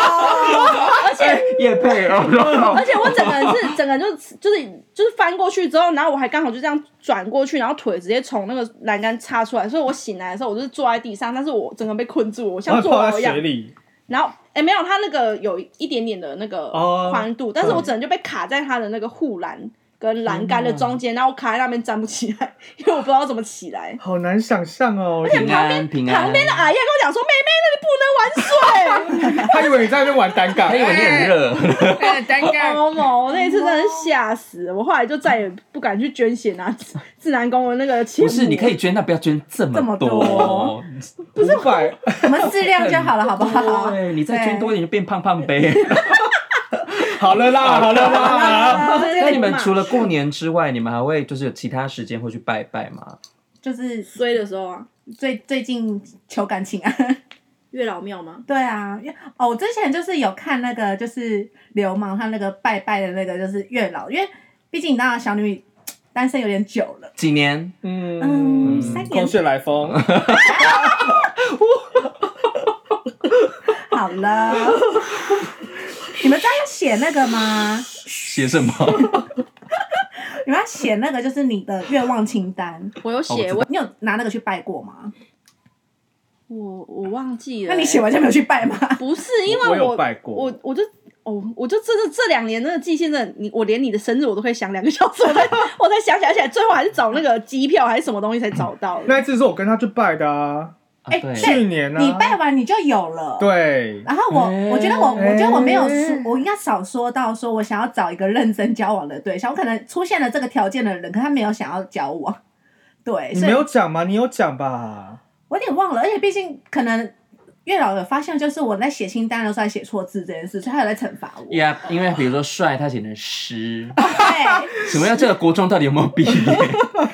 Speaker 1: 哦
Speaker 5: 而且
Speaker 3: 叶佩哦，
Speaker 1: <laughs>
Speaker 5: 而且我整个人是整个人就是就是就是翻过去之后，然后我还刚好就这样转过去，然后腿直接从那个栏杆插出来，所以我醒来的时候我就是坐在地上，但是我整个被困住，我像
Speaker 2: 然后
Speaker 5: 坐
Speaker 2: 泡
Speaker 5: 牢
Speaker 2: 在
Speaker 5: 一样
Speaker 2: 水。里，
Speaker 5: 然后哎、没有，它那个有一点点的那个
Speaker 2: 哦
Speaker 5: 宽度，但是我整个就被卡在它的那个护栏跟栏杆
Speaker 3: 哦
Speaker 5: 的中间，然后我卡在那边站不起来，因为我不知道怎么起来。
Speaker 2: 好难想象哦。
Speaker 3: 平安平安
Speaker 5: 旁，边的阿姨跟我讲说：“妹妹，那你不能玩水。”
Speaker 2: 他以为你在那边玩单
Speaker 3: <laughs> 还以为
Speaker 2: 杠，哎
Speaker 3: 你很热， <laughs>
Speaker 5: 欧盟，哦我那一次真的是吓死，我后来就再也不敢去捐血拿指指南宫的那个钱。
Speaker 3: 不是？你可以捐，但不要捐这
Speaker 1: 这
Speaker 3: 么
Speaker 1: 么
Speaker 3: 多
Speaker 1: 多。
Speaker 2: 五百，
Speaker 1: <laughs> 我们适量就好了，好不好？
Speaker 3: 对，你再捐多一欸点就变胖胖 <laughs> 呗。
Speaker 2: 好了啦，好了
Speaker 5: <laughs>
Speaker 2: 啦。
Speaker 5: <laughs> 啊，对
Speaker 3: 那你们除了过年之外，你们还会就是有其他时间会去拜拜吗？
Speaker 1: 就是
Speaker 5: 衰的时候啊，
Speaker 1: 最最近求感情啊， <laughs>
Speaker 5: 月老庙吗？
Speaker 1: 对啊，因为哦，我之前就是有看那个就是流氓他那个拜拜的那个就是月老，因为毕竟你知道小女单身有点久了，
Speaker 3: 几年？
Speaker 1: 嗯，
Speaker 2: 嗯，
Speaker 1: 三年
Speaker 2: 空穴来
Speaker 5: <laughs>
Speaker 2: 风，
Speaker 1: 好
Speaker 3: <laughs>
Speaker 1: 了，你们知道要写那个吗？
Speaker 3: 写什么？
Speaker 1: 你们要写那个就是你的愿望清单，
Speaker 5: 我有写，
Speaker 3: 哦
Speaker 5: 我
Speaker 1: 你有拿那个去拜过吗？
Speaker 5: 我我忘记了。
Speaker 1: 那你写完就没有去拜吗？
Speaker 5: 不是因为
Speaker 2: 我有
Speaker 5: 我
Speaker 2: 拜过
Speaker 5: 我我就。哦，我就这这这两年那个记性真的，你我连你的生日我都可以想两个小时，我才我才想起来，而且最后还是找那个机票还是什么东西才找到的。
Speaker 2: 那一次是我跟他去拜的啊，
Speaker 3: 啊
Speaker 1: 哎
Speaker 3: 对，
Speaker 1: 是
Speaker 2: 去年啊，
Speaker 1: 你拜完你就有了。。
Speaker 2: 对，
Speaker 1: 然后我，
Speaker 3: 哎
Speaker 1: 我觉得我，我觉得我没有说
Speaker 2: 哎，
Speaker 1: 我应该少说到说我想要找一个认真交往的对象。我可能出现了这个条件的人，可他没有想要交往。对，
Speaker 2: 你
Speaker 1: 所
Speaker 2: 没
Speaker 1: 以
Speaker 2: 有讲吗？你有讲吧？
Speaker 1: 我有点忘了，而且毕竟可能月老有发现，就是我在写清单的时候还写错字这件事，所以他有在惩罚我。
Speaker 3: 呀，因为比如说帅，他写成诗，
Speaker 1: 对，
Speaker 3: 请问一下这个国中到底有没有毕业？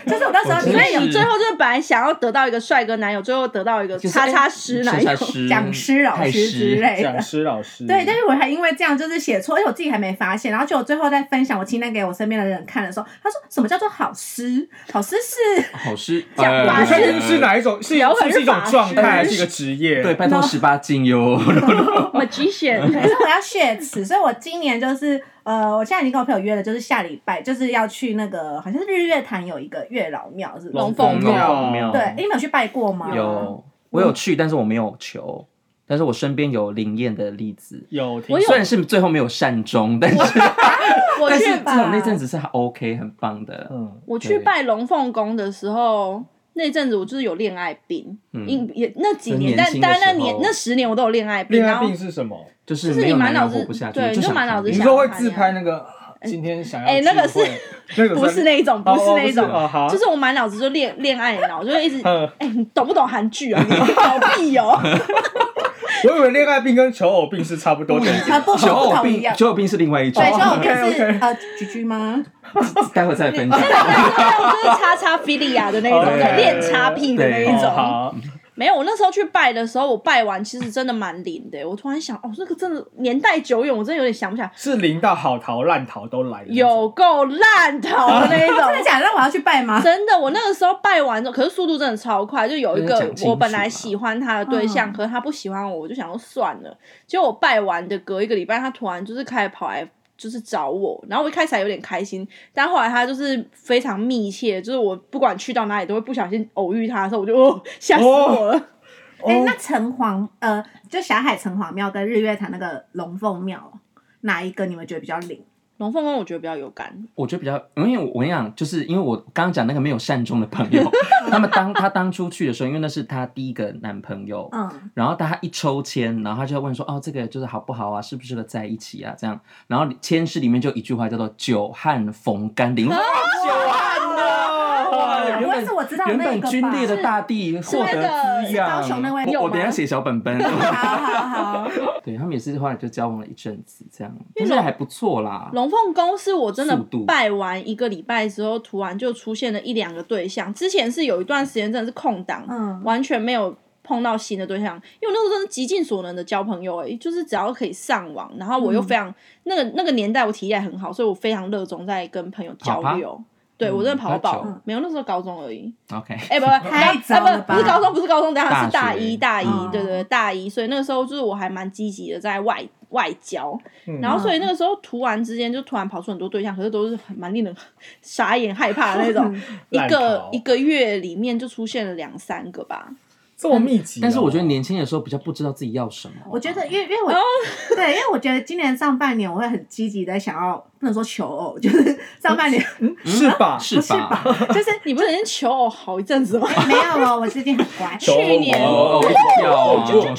Speaker 1: 就是我那时候
Speaker 3: 我知
Speaker 1: 因
Speaker 5: 所
Speaker 3: 道
Speaker 1: 为
Speaker 5: 以
Speaker 1: 有
Speaker 5: 你最后就是本来想要得到一个帅哥男友，最后得到一个叉叉师
Speaker 3: 叉
Speaker 5: 男友
Speaker 3: 哎叉。师
Speaker 1: 讲师老
Speaker 3: 太
Speaker 1: 师之类
Speaker 2: 讲
Speaker 1: 的。
Speaker 2: 师老师，
Speaker 1: 对，但是我还因为这样就是写错，而且我自己还没发现，然后就我最后在分享我清单给我身边的人看的时候，他说什么叫做好诗？好诗是
Speaker 3: 好师
Speaker 5: 讲
Speaker 3: 呃
Speaker 5: 法
Speaker 2: 不
Speaker 5: 师
Speaker 2: 确定是哪一种，是
Speaker 5: 有可能是
Speaker 2: 是一种
Speaker 5: 法师
Speaker 2: 状态，还是一个职业？
Speaker 3: 对，，拜托十八禁哟。 <laughs>
Speaker 1: 可
Speaker 5: <laughs> magician，
Speaker 1: <laughs> 是我要血池，所以我今年就是呃，我现在已经跟我朋友约了，就是下礼拜就是要去那个好像是日月潭有一个月老庙，是不是
Speaker 5: 龙
Speaker 2: 凤哦
Speaker 3: 龙凤庙
Speaker 1: 对，诶你们有去拜过吗？
Speaker 3: 有，我有去，但是我没有求，但是我身边有灵验的例子，
Speaker 2: 有听
Speaker 5: 我有
Speaker 3: 虽然是最后没有善终，但是 <laughs>
Speaker 5: 我
Speaker 3: 但
Speaker 5: 去
Speaker 3: 是至
Speaker 1: 吧
Speaker 3: 少那阵子是还 OK 很棒的。
Speaker 2: 嗯，
Speaker 5: 我去
Speaker 3: 对
Speaker 5: 拜龙凤宫的时候，那阵子我就是有恋爱病，
Speaker 3: 嗯
Speaker 5: 因、也那几年，
Speaker 3: 就年
Speaker 5: 但
Speaker 3: 轻的
Speaker 5: 但那
Speaker 3: 时候
Speaker 5: 年那十年我都有恋爱病，
Speaker 2: 恋
Speaker 5: 然
Speaker 2: 爱
Speaker 5: 后
Speaker 2: 病是什么？
Speaker 3: 就是
Speaker 5: 就是
Speaker 3: 没有
Speaker 5: 你满
Speaker 3: 男人
Speaker 5: 脑子
Speaker 3: 活不下去，
Speaker 5: 对
Speaker 3: 就
Speaker 5: 你就
Speaker 3: 想
Speaker 5: 满脑子
Speaker 3: 谈
Speaker 2: 你
Speaker 5: 想
Speaker 2: 说会自拍那个今天想要
Speaker 5: 哎那个是
Speaker 2: 聚会那个
Speaker 5: 不是那一种，
Speaker 2: 哦
Speaker 5: 不是
Speaker 2: 哦
Speaker 5: 那一种，
Speaker 2: 哦好
Speaker 5: 就是我满脑子就恋恋爱脑，
Speaker 2: <laughs>
Speaker 5: 就会一直哎、
Speaker 2: 嗯
Speaker 5: 你懂不懂韩剧啊？
Speaker 2: <laughs>
Speaker 5: 你搞屁哦！
Speaker 2: 我以为恋爱病跟求偶病是差不多的，
Speaker 1: 啊，不
Speaker 3: 求
Speaker 1: 不
Speaker 3: 偶
Speaker 1: 同一
Speaker 3: 病
Speaker 1: 样，。
Speaker 3: 求偶病是另外一种
Speaker 1: 对，，所以我就
Speaker 2: OK，OK
Speaker 1: 是呃，菊菊吗？
Speaker 3: 待会再
Speaker 5: <laughs>
Speaker 3: 分享。
Speaker 5: 就是叉叉菲利亚的那一种，
Speaker 2: OK
Speaker 5: 就恋叉屁的那一
Speaker 3: 对
Speaker 5: 种。
Speaker 2: 哦哦好，
Speaker 5: 没有，我那时候去拜的时候，我拜完其实真的蛮灵的。我突然想，哦，那个真的年代久远，我真的有点想不起来，
Speaker 2: 是零到好桃烂桃都来了。哦
Speaker 5: 有够烂桃的哦那一
Speaker 1: 哦真的
Speaker 5: 种。
Speaker 1: 假的？那我要去拜
Speaker 3: <laughs>
Speaker 1: 吗？
Speaker 5: 真的，我那个时候拜完之后，可是速度真的超快，就有一
Speaker 3: 就是
Speaker 5: 个
Speaker 3: 讲清楚
Speaker 5: 我本来喜欢他的对象，
Speaker 1: 嗯
Speaker 5: 可是他不喜欢我，我就想说算了。结果我拜完的隔一个礼拜，他突然就是开始跑来。就是找我，然后我一开始还有点开心，但后来他就是非常密切，就是我不管去到哪里都会不小心偶遇他的时候，我就 <laughs> 哦吓死我了。
Speaker 1: 哎、
Speaker 2: 哦
Speaker 1: 那城隍呃，就霞海城隍庙跟日月潭那个龙凤庙，哪一个你们觉得比较灵？
Speaker 5: 龙凤宫我觉得比较有感，
Speaker 3: 我觉得比较，因为我我跟你讲，就是因为我刚刚讲那个没有善终的朋友， <laughs> 他们当他当初去的时候，因为那是他第一个男朋友，
Speaker 1: 嗯，
Speaker 3: 然后他一抽签，然后他就会问说，哦，这个就是好不好啊，适不适合在一起啊，这样。然后签诗里面就一句话叫做“久旱逢甘
Speaker 1: <laughs>
Speaker 3: 霖”，哇久旱呢，哇
Speaker 1: 不
Speaker 3: 原
Speaker 1: 会
Speaker 3: 本
Speaker 1: 是我知道
Speaker 3: 原
Speaker 1: 那
Speaker 3: 本
Speaker 1: 个吧？
Speaker 3: 皲裂的大地获
Speaker 5: 那
Speaker 3: 得
Speaker 5: 个
Speaker 3: 滋
Speaker 1: 是
Speaker 3: 养。
Speaker 1: 高雄那位
Speaker 3: 我
Speaker 5: 有
Speaker 3: 我等一下
Speaker 5: 吗
Speaker 3: 写小本
Speaker 1: <laughs>
Speaker 3: 本。
Speaker 1: 好好好，
Speaker 3: 对他们也是后来就交往了一阵子，这样，
Speaker 5: 因为
Speaker 3: 但是
Speaker 5: 龙
Speaker 3: 还不错啦。
Speaker 5: 龙凤宫是我真的
Speaker 3: 速度
Speaker 5: 拜完一个礼拜之后，突然就出现了一两个对象。之前是有一段时间真的是空档，
Speaker 1: 嗯，
Speaker 5: 完全没有碰到新的对象，因为我那时候真的极尽所能的交朋友、欸，就是只要可以上网，然后我又非常、那个那个年代我体力还很好，所以我非常热衷在跟朋友交流。对，我真的跑
Speaker 3: 嗯
Speaker 5: 饱
Speaker 3: 喝
Speaker 1: 酒，
Speaker 5: 没有那时候高中而已。
Speaker 3: OK，
Speaker 5: 哎、不不，
Speaker 1: 太早
Speaker 5: 啊
Speaker 1: 了
Speaker 5: 不
Speaker 1: 吧
Speaker 5: 不是高中，不是高中，等一
Speaker 3: 大
Speaker 5: 下是大
Speaker 3: 学
Speaker 5: 一，大一，
Speaker 1: 嗯
Speaker 5: 对对对大一，所以那个时候就是我还蛮积极的在外外交，
Speaker 2: 嗯
Speaker 5: 然后所以那个时候突然之间就突然跑出很多对象，可是都是很蛮令人 <laughs> 傻眼害怕的
Speaker 1: <laughs>
Speaker 5: 那种，一
Speaker 2: 烂
Speaker 5: 个
Speaker 2: 桃
Speaker 5: 一个月里面就出现了两三个吧，
Speaker 2: 这么密集哦，
Speaker 3: 但是我觉得年轻的时候比较不知道自己要什么。
Speaker 1: 我觉得因为因为我、
Speaker 5: 哦
Speaker 1: 对，因为我觉得今年上半年我会很积极的想要，不能说求偶，就是上半年
Speaker 2: 嗯是吧？
Speaker 3: 是吧？
Speaker 1: 就是
Speaker 5: 你不是已经求偶好一阵子 <laughs> 吗？
Speaker 1: 没有哦，我最近很乖。
Speaker 2: 求
Speaker 5: 去年
Speaker 3: 哦，我跳啊，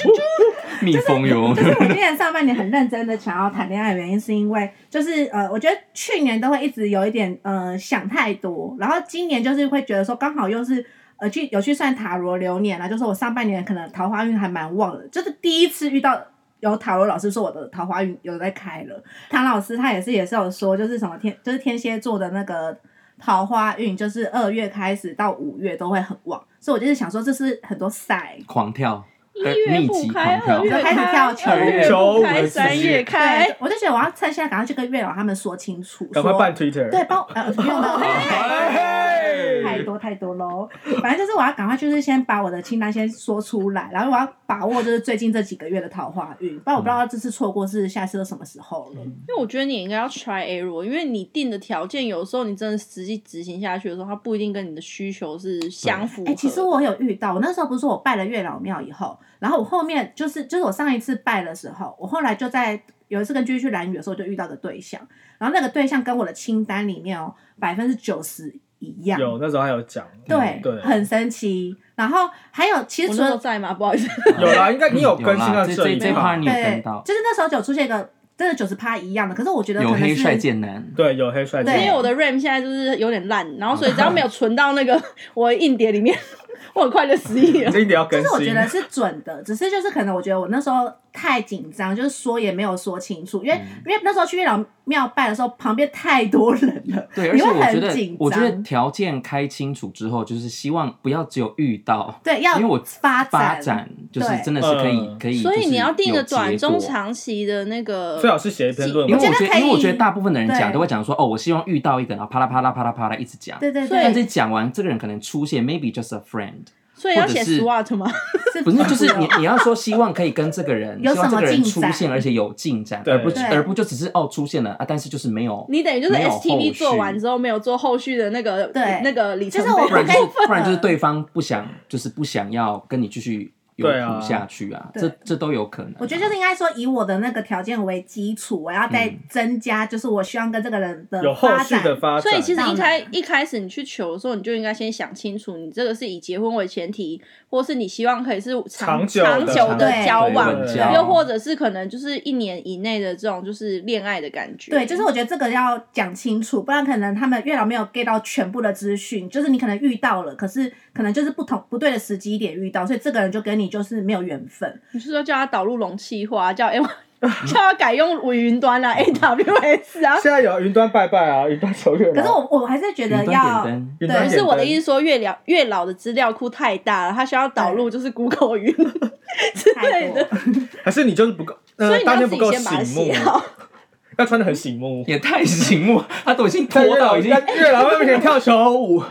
Speaker 3: 蜜蜂哟。
Speaker 1: 就是我今年上半年很认真的想要谈恋爱的原因，是因为就是呃，我觉得去年都会一直有一点呃想太多，然后今年就是会觉得说刚好又是呃去有去算塔罗流年啦，就是我上半年可能桃花运还蛮旺的，就是第一次遇到。有塔罗老师说我的桃花运有在开了，唐老师他也是也是有说，就是什么天就是天蝎座的那个桃花运，就是二月开始到五月都会很旺，所以我就是想说这是很多赛
Speaker 3: <laughs> 狂跳，
Speaker 5: 一
Speaker 3: 呃
Speaker 5: 月
Speaker 3: 密
Speaker 5: 不
Speaker 3: 集
Speaker 5: 开，
Speaker 3: 狂跳
Speaker 5: 二月
Speaker 1: 就开啊始
Speaker 5: 开，
Speaker 1: 跳球
Speaker 5: 二月
Speaker 2: 周
Speaker 5: 不
Speaker 2: 五
Speaker 5: 开，
Speaker 2: 的
Speaker 5: 三
Speaker 2: 世
Speaker 5: 月
Speaker 2: 界
Speaker 5: 开
Speaker 1: 对，。我就觉得我要趁现在赶快去跟月老他们说清楚，
Speaker 2: 赶快
Speaker 1: 说
Speaker 2: 办 Twitter。
Speaker 1: 对，帮呃不用不用不用
Speaker 2: 哎
Speaker 1: 太多太多喽。反正就是我要赶快，就是先把我的清单先说出来，然后我要把握就是最近这几个月的桃花运，不然我不知道这次错过是下次是什么时候了。
Speaker 2: 嗯
Speaker 5: 因为我觉得你应该要 try error，因为你定的条件有时候你真的实际执行下去的时候，它不一定跟你的需求是相符合
Speaker 1: 哎、
Speaker 5: 的。
Speaker 1: 其实我有遇到，我那时候不是说我拜了月老庙以后，然后我后面就是就是我上一次拜的时候，我后来就在有一次跟居居去蓝屿的时候就遇到个对象，然后那个对象跟我的清单里面哦百分之九十一样，
Speaker 2: 有那时候还有讲，嗯
Speaker 1: 对，
Speaker 2: 对
Speaker 1: 很神奇。然后还有其
Speaker 5: 我
Speaker 1: 实除
Speaker 5: 那时候
Speaker 1: 了
Speaker 5: 在吗？不好意思，
Speaker 2: 有啦，应该你有
Speaker 3: 有
Speaker 2: 更新
Speaker 3: 啦
Speaker 2: 到
Speaker 3: 这
Speaker 2: 一
Speaker 3: 这这
Speaker 2: 趴
Speaker 3: part，你有嗯
Speaker 1: 对
Speaker 3: 跟，到，
Speaker 1: 就是那时候有出现一个真的九十趴一样的，可是我觉得可
Speaker 3: 有
Speaker 1: 能
Speaker 3: 黑
Speaker 1: 是
Speaker 3: 帅贱男，
Speaker 1: <laughs>
Speaker 2: 对，有黑帅
Speaker 1: 对
Speaker 5: 因为
Speaker 2: 姐，
Speaker 5: 我的 RAM 现在就是有点烂，然后所以只要没有存到 <laughs> 那个我的硬碟里面，我很快就失忆了
Speaker 2: 你。这一点要更
Speaker 1: 就是我觉
Speaker 2: 新。
Speaker 1: 得是准的，只是就是可能我觉得我那时候太紧张，就是说也没有说清楚，因
Speaker 3: 嗯
Speaker 1: 为、因为那时候去月老庙拜的时候，旁边太多人了，
Speaker 3: 对，而
Speaker 1: 你
Speaker 3: 且
Speaker 1: 会
Speaker 3: 我觉
Speaker 1: 很紧
Speaker 3: 得，我觉得
Speaker 1: 张。
Speaker 3: 条件开清楚之后，就是希望不要只有遇到，
Speaker 1: 对，要
Speaker 3: 因为我
Speaker 1: 发
Speaker 3: 发
Speaker 1: 展
Speaker 3: 展就是
Speaker 1: 对
Speaker 3: 真的是可以
Speaker 2: 嗯
Speaker 3: 可以，
Speaker 5: 所以你要定
Speaker 3: 定
Speaker 5: 个短中。长期的那
Speaker 2: 最好
Speaker 5: 个，
Speaker 2: 是写一篇论
Speaker 3: 因
Speaker 2: 文
Speaker 3: 为
Speaker 1: 觉
Speaker 3: 我
Speaker 1: 得
Speaker 3: 觉
Speaker 1: 可
Speaker 3: 得，因为我
Speaker 1: 以
Speaker 3: 觉得大部分的人讲
Speaker 1: 对
Speaker 3: 都会讲说，哦，我希望遇到一个，然后啪啦啪啦啪啦啪啦一直讲。
Speaker 1: 对对
Speaker 5: 所以
Speaker 1: 对，
Speaker 3: 但是讲完，这个人可能出现，maybe just
Speaker 1: <laughs>
Speaker 3: a friend，
Speaker 5: 所以要写
Speaker 3: 或者是
Speaker 5: SWOT 吗？
Speaker 1: 是
Speaker 3: 不是，就是你你要说希望可以跟这个人，
Speaker 1: 有
Speaker 3: 希望这个人
Speaker 1: 什么进
Speaker 3: 出
Speaker 1: 展
Speaker 3: 现，而且有进展，
Speaker 2: 对
Speaker 3: 而不
Speaker 1: 对
Speaker 3: 而不就只是哦出现了啊，但是就是没有，
Speaker 5: 你等于就是
Speaker 3: 没有
Speaker 5: STV 做
Speaker 3: 后
Speaker 5: 完
Speaker 3: 续
Speaker 5: 之后没有做后续的那个
Speaker 1: 对
Speaker 5: 那个里程碑，
Speaker 1: 就是我
Speaker 3: 不然就是
Speaker 1: 不可以
Speaker 3: 不然就是对方不想，就是不想要跟你继续有
Speaker 2: 对啊
Speaker 3: 苦下去啊，
Speaker 1: 对
Speaker 3: 这这都有可能啊。
Speaker 1: 我觉得就是应该说，以我的那个条件为基础，我要
Speaker 3: 嗯
Speaker 1: 再增加，就是我希望跟这个人的
Speaker 2: 有后
Speaker 1: 发
Speaker 2: 续
Speaker 1: 展。
Speaker 2: 的发展，
Speaker 5: 所以其实
Speaker 1: 当
Speaker 5: 一开
Speaker 1: 然
Speaker 5: 一开始你去求的时候，你就应该先想清楚，你这个是以结婚为前提，或是你希望可以是长
Speaker 2: 长久的
Speaker 5: 长久的
Speaker 1: 对
Speaker 5: 交
Speaker 2: 对
Speaker 5: 往，
Speaker 2: 对
Speaker 3: 对
Speaker 5: 又或者是可能就是一年以内的这种就是恋爱的感觉。
Speaker 1: 对，就是我觉得这个要讲清楚，不然可能他们月老没有 get 到全部的资讯，就是你可能遇到了，可是可能就是不同不对的时机点遇到，所以这个人就跟你就是没有缘分。
Speaker 5: 你是说叫他导入容器化，叫 M <laughs> 叫他改用云端啦、a w s <laughs> 啊。
Speaker 2: 现在有云端拜拜啊，云端求月
Speaker 1: 可
Speaker 2: 老。
Speaker 1: 是我我还是觉得
Speaker 3: 云端
Speaker 1: 要
Speaker 3: 点灯，
Speaker 1: 对
Speaker 2: 云端
Speaker 5: 不是我的意
Speaker 2: 思，
Speaker 5: 思，说月老月老的资料库太大了，他需要导入就是 Google 云，
Speaker 1: 太多
Speaker 5: 对
Speaker 2: 还是你就是不够，
Speaker 5: 所
Speaker 2: 呃
Speaker 5: 以，你
Speaker 2: 当
Speaker 5: 要
Speaker 2: 天
Speaker 5: 自
Speaker 2: 不
Speaker 5: 己
Speaker 2: 够
Speaker 5: 先把它
Speaker 2: 醒
Speaker 5: 写
Speaker 2: 目，
Speaker 5: 好。
Speaker 2: 要穿的很醒目。
Speaker 3: 也太醒目，他都已经
Speaker 2: 在
Speaker 3: 拖
Speaker 2: 月
Speaker 3: 到
Speaker 2: <laughs> 老
Speaker 3: 已经
Speaker 2: 在月老面前跳小舞，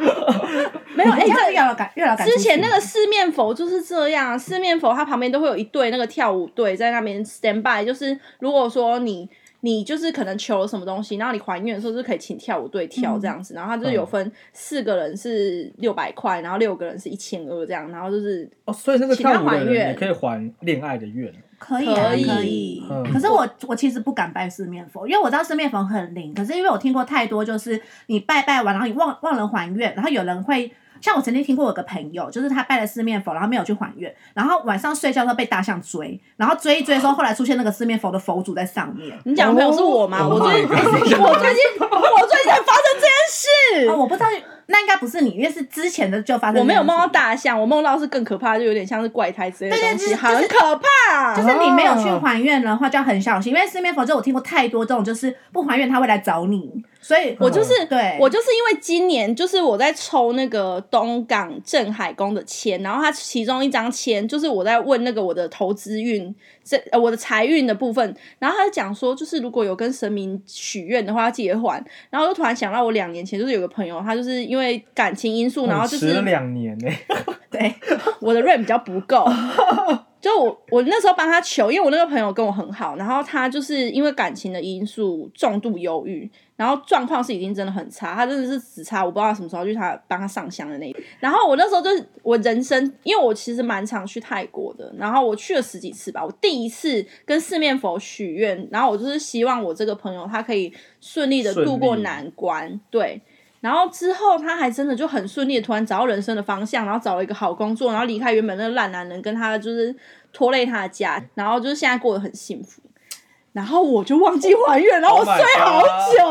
Speaker 1: 没有哎，这月老感月老感
Speaker 5: 之前那
Speaker 1: 个
Speaker 5: 个四面佛就是这样啊，四面佛它旁边都会有一队那个跳舞队在那边 stand by，就是如果说你你就是可能求了什么东西，然后你还愿的时候就可以请跳舞队跳这样
Speaker 1: 嗯
Speaker 5: 子，然后它就是有分四个人是六百块，然后六个人是一千二这样，然后就是
Speaker 2: <laughs> 哦，所以那个
Speaker 5: 请他
Speaker 2: 跳舞的
Speaker 5: 还
Speaker 2: 人
Speaker 5: 愿哦
Speaker 2: 也可以还恋爱的愿，
Speaker 1: 可以啊
Speaker 5: 可以
Speaker 1: 可以
Speaker 2: 嗯，
Speaker 1: 可是我我其实不敢拜四面佛，因为我知道四面佛很灵，可是因为我听过太多，就是你拜拜完，然后你忘忘了还愿，然后有人会。像我曾经听过有个朋友，就是他拜了四面佛，然后没有去还愿，然后晚上睡觉的时候被大象追，然后追一追的时候，后来出现那个四面佛的佛祖在上面。
Speaker 5: 你讲的朋友是我吗？
Speaker 3: Oh
Speaker 5: 我
Speaker 3: my
Speaker 5: 最
Speaker 3: God
Speaker 5: <laughs> 我最近我最近才发生这件
Speaker 1: 哦，
Speaker 5: 事。
Speaker 1: 我不知道，那应该不是你，因为是之前的就发生。
Speaker 5: 我没有梦到，大象，我梦到是更可怕，就有点像是怪胎之类的
Speaker 1: 对对
Speaker 5: 东西，
Speaker 1: 就是就是
Speaker 5: 很可怕。
Speaker 1: 就是你没有去还愿的话，就要很小心，因为四面佛就我听过太多这种，就是不还愿他会来找你，所以
Speaker 5: 我就是、
Speaker 1: 对，
Speaker 5: 我就是因为今年就是我在抽那个东港镇海宫的签，然后它其中一张签就是我在问那个我的投资运这呃我的财运的部分，然后他就讲说就是如果有跟神明许愿的话，要记得还。然后我就突然想到我两年前就是有个朋友，他就是因为感情因素，然后就
Speaker 2: 哦迟
Speaker 5: 是
Speaker 2: 了两年呢。
Speaker 1: 对，
Speaker 5: 我的 RAM 比较不
Speaker 2: <laughs>
Speaker 5: 够。就我我那时候帮他求，因为我那个朋友跟我很好，然后他就是因为感情的因素重度忧郁，然后状况是已经真的很差，他真的是只差我不知道什么时候去他帮他上香的那一。然后我那时候就是我人生，因为我其实蛮常去泰国的，然后我去了十几次吧。我第一次跟四面佛许愿，然后我就是希望我这个朋友他可以顺利的
Speaker 2: 顺利
Speaker 5: 度过难关，对。然后之后，他还真的就很顺利，突然找到人生的方向，然后找了一个好工作，然后离开原本那个烂男人，跟他就是拖累他的家，然后就是现在过得很幸福。然后我就忘记还愿，然后我
Speaker 2: Oh my
Speaker 5: 睡好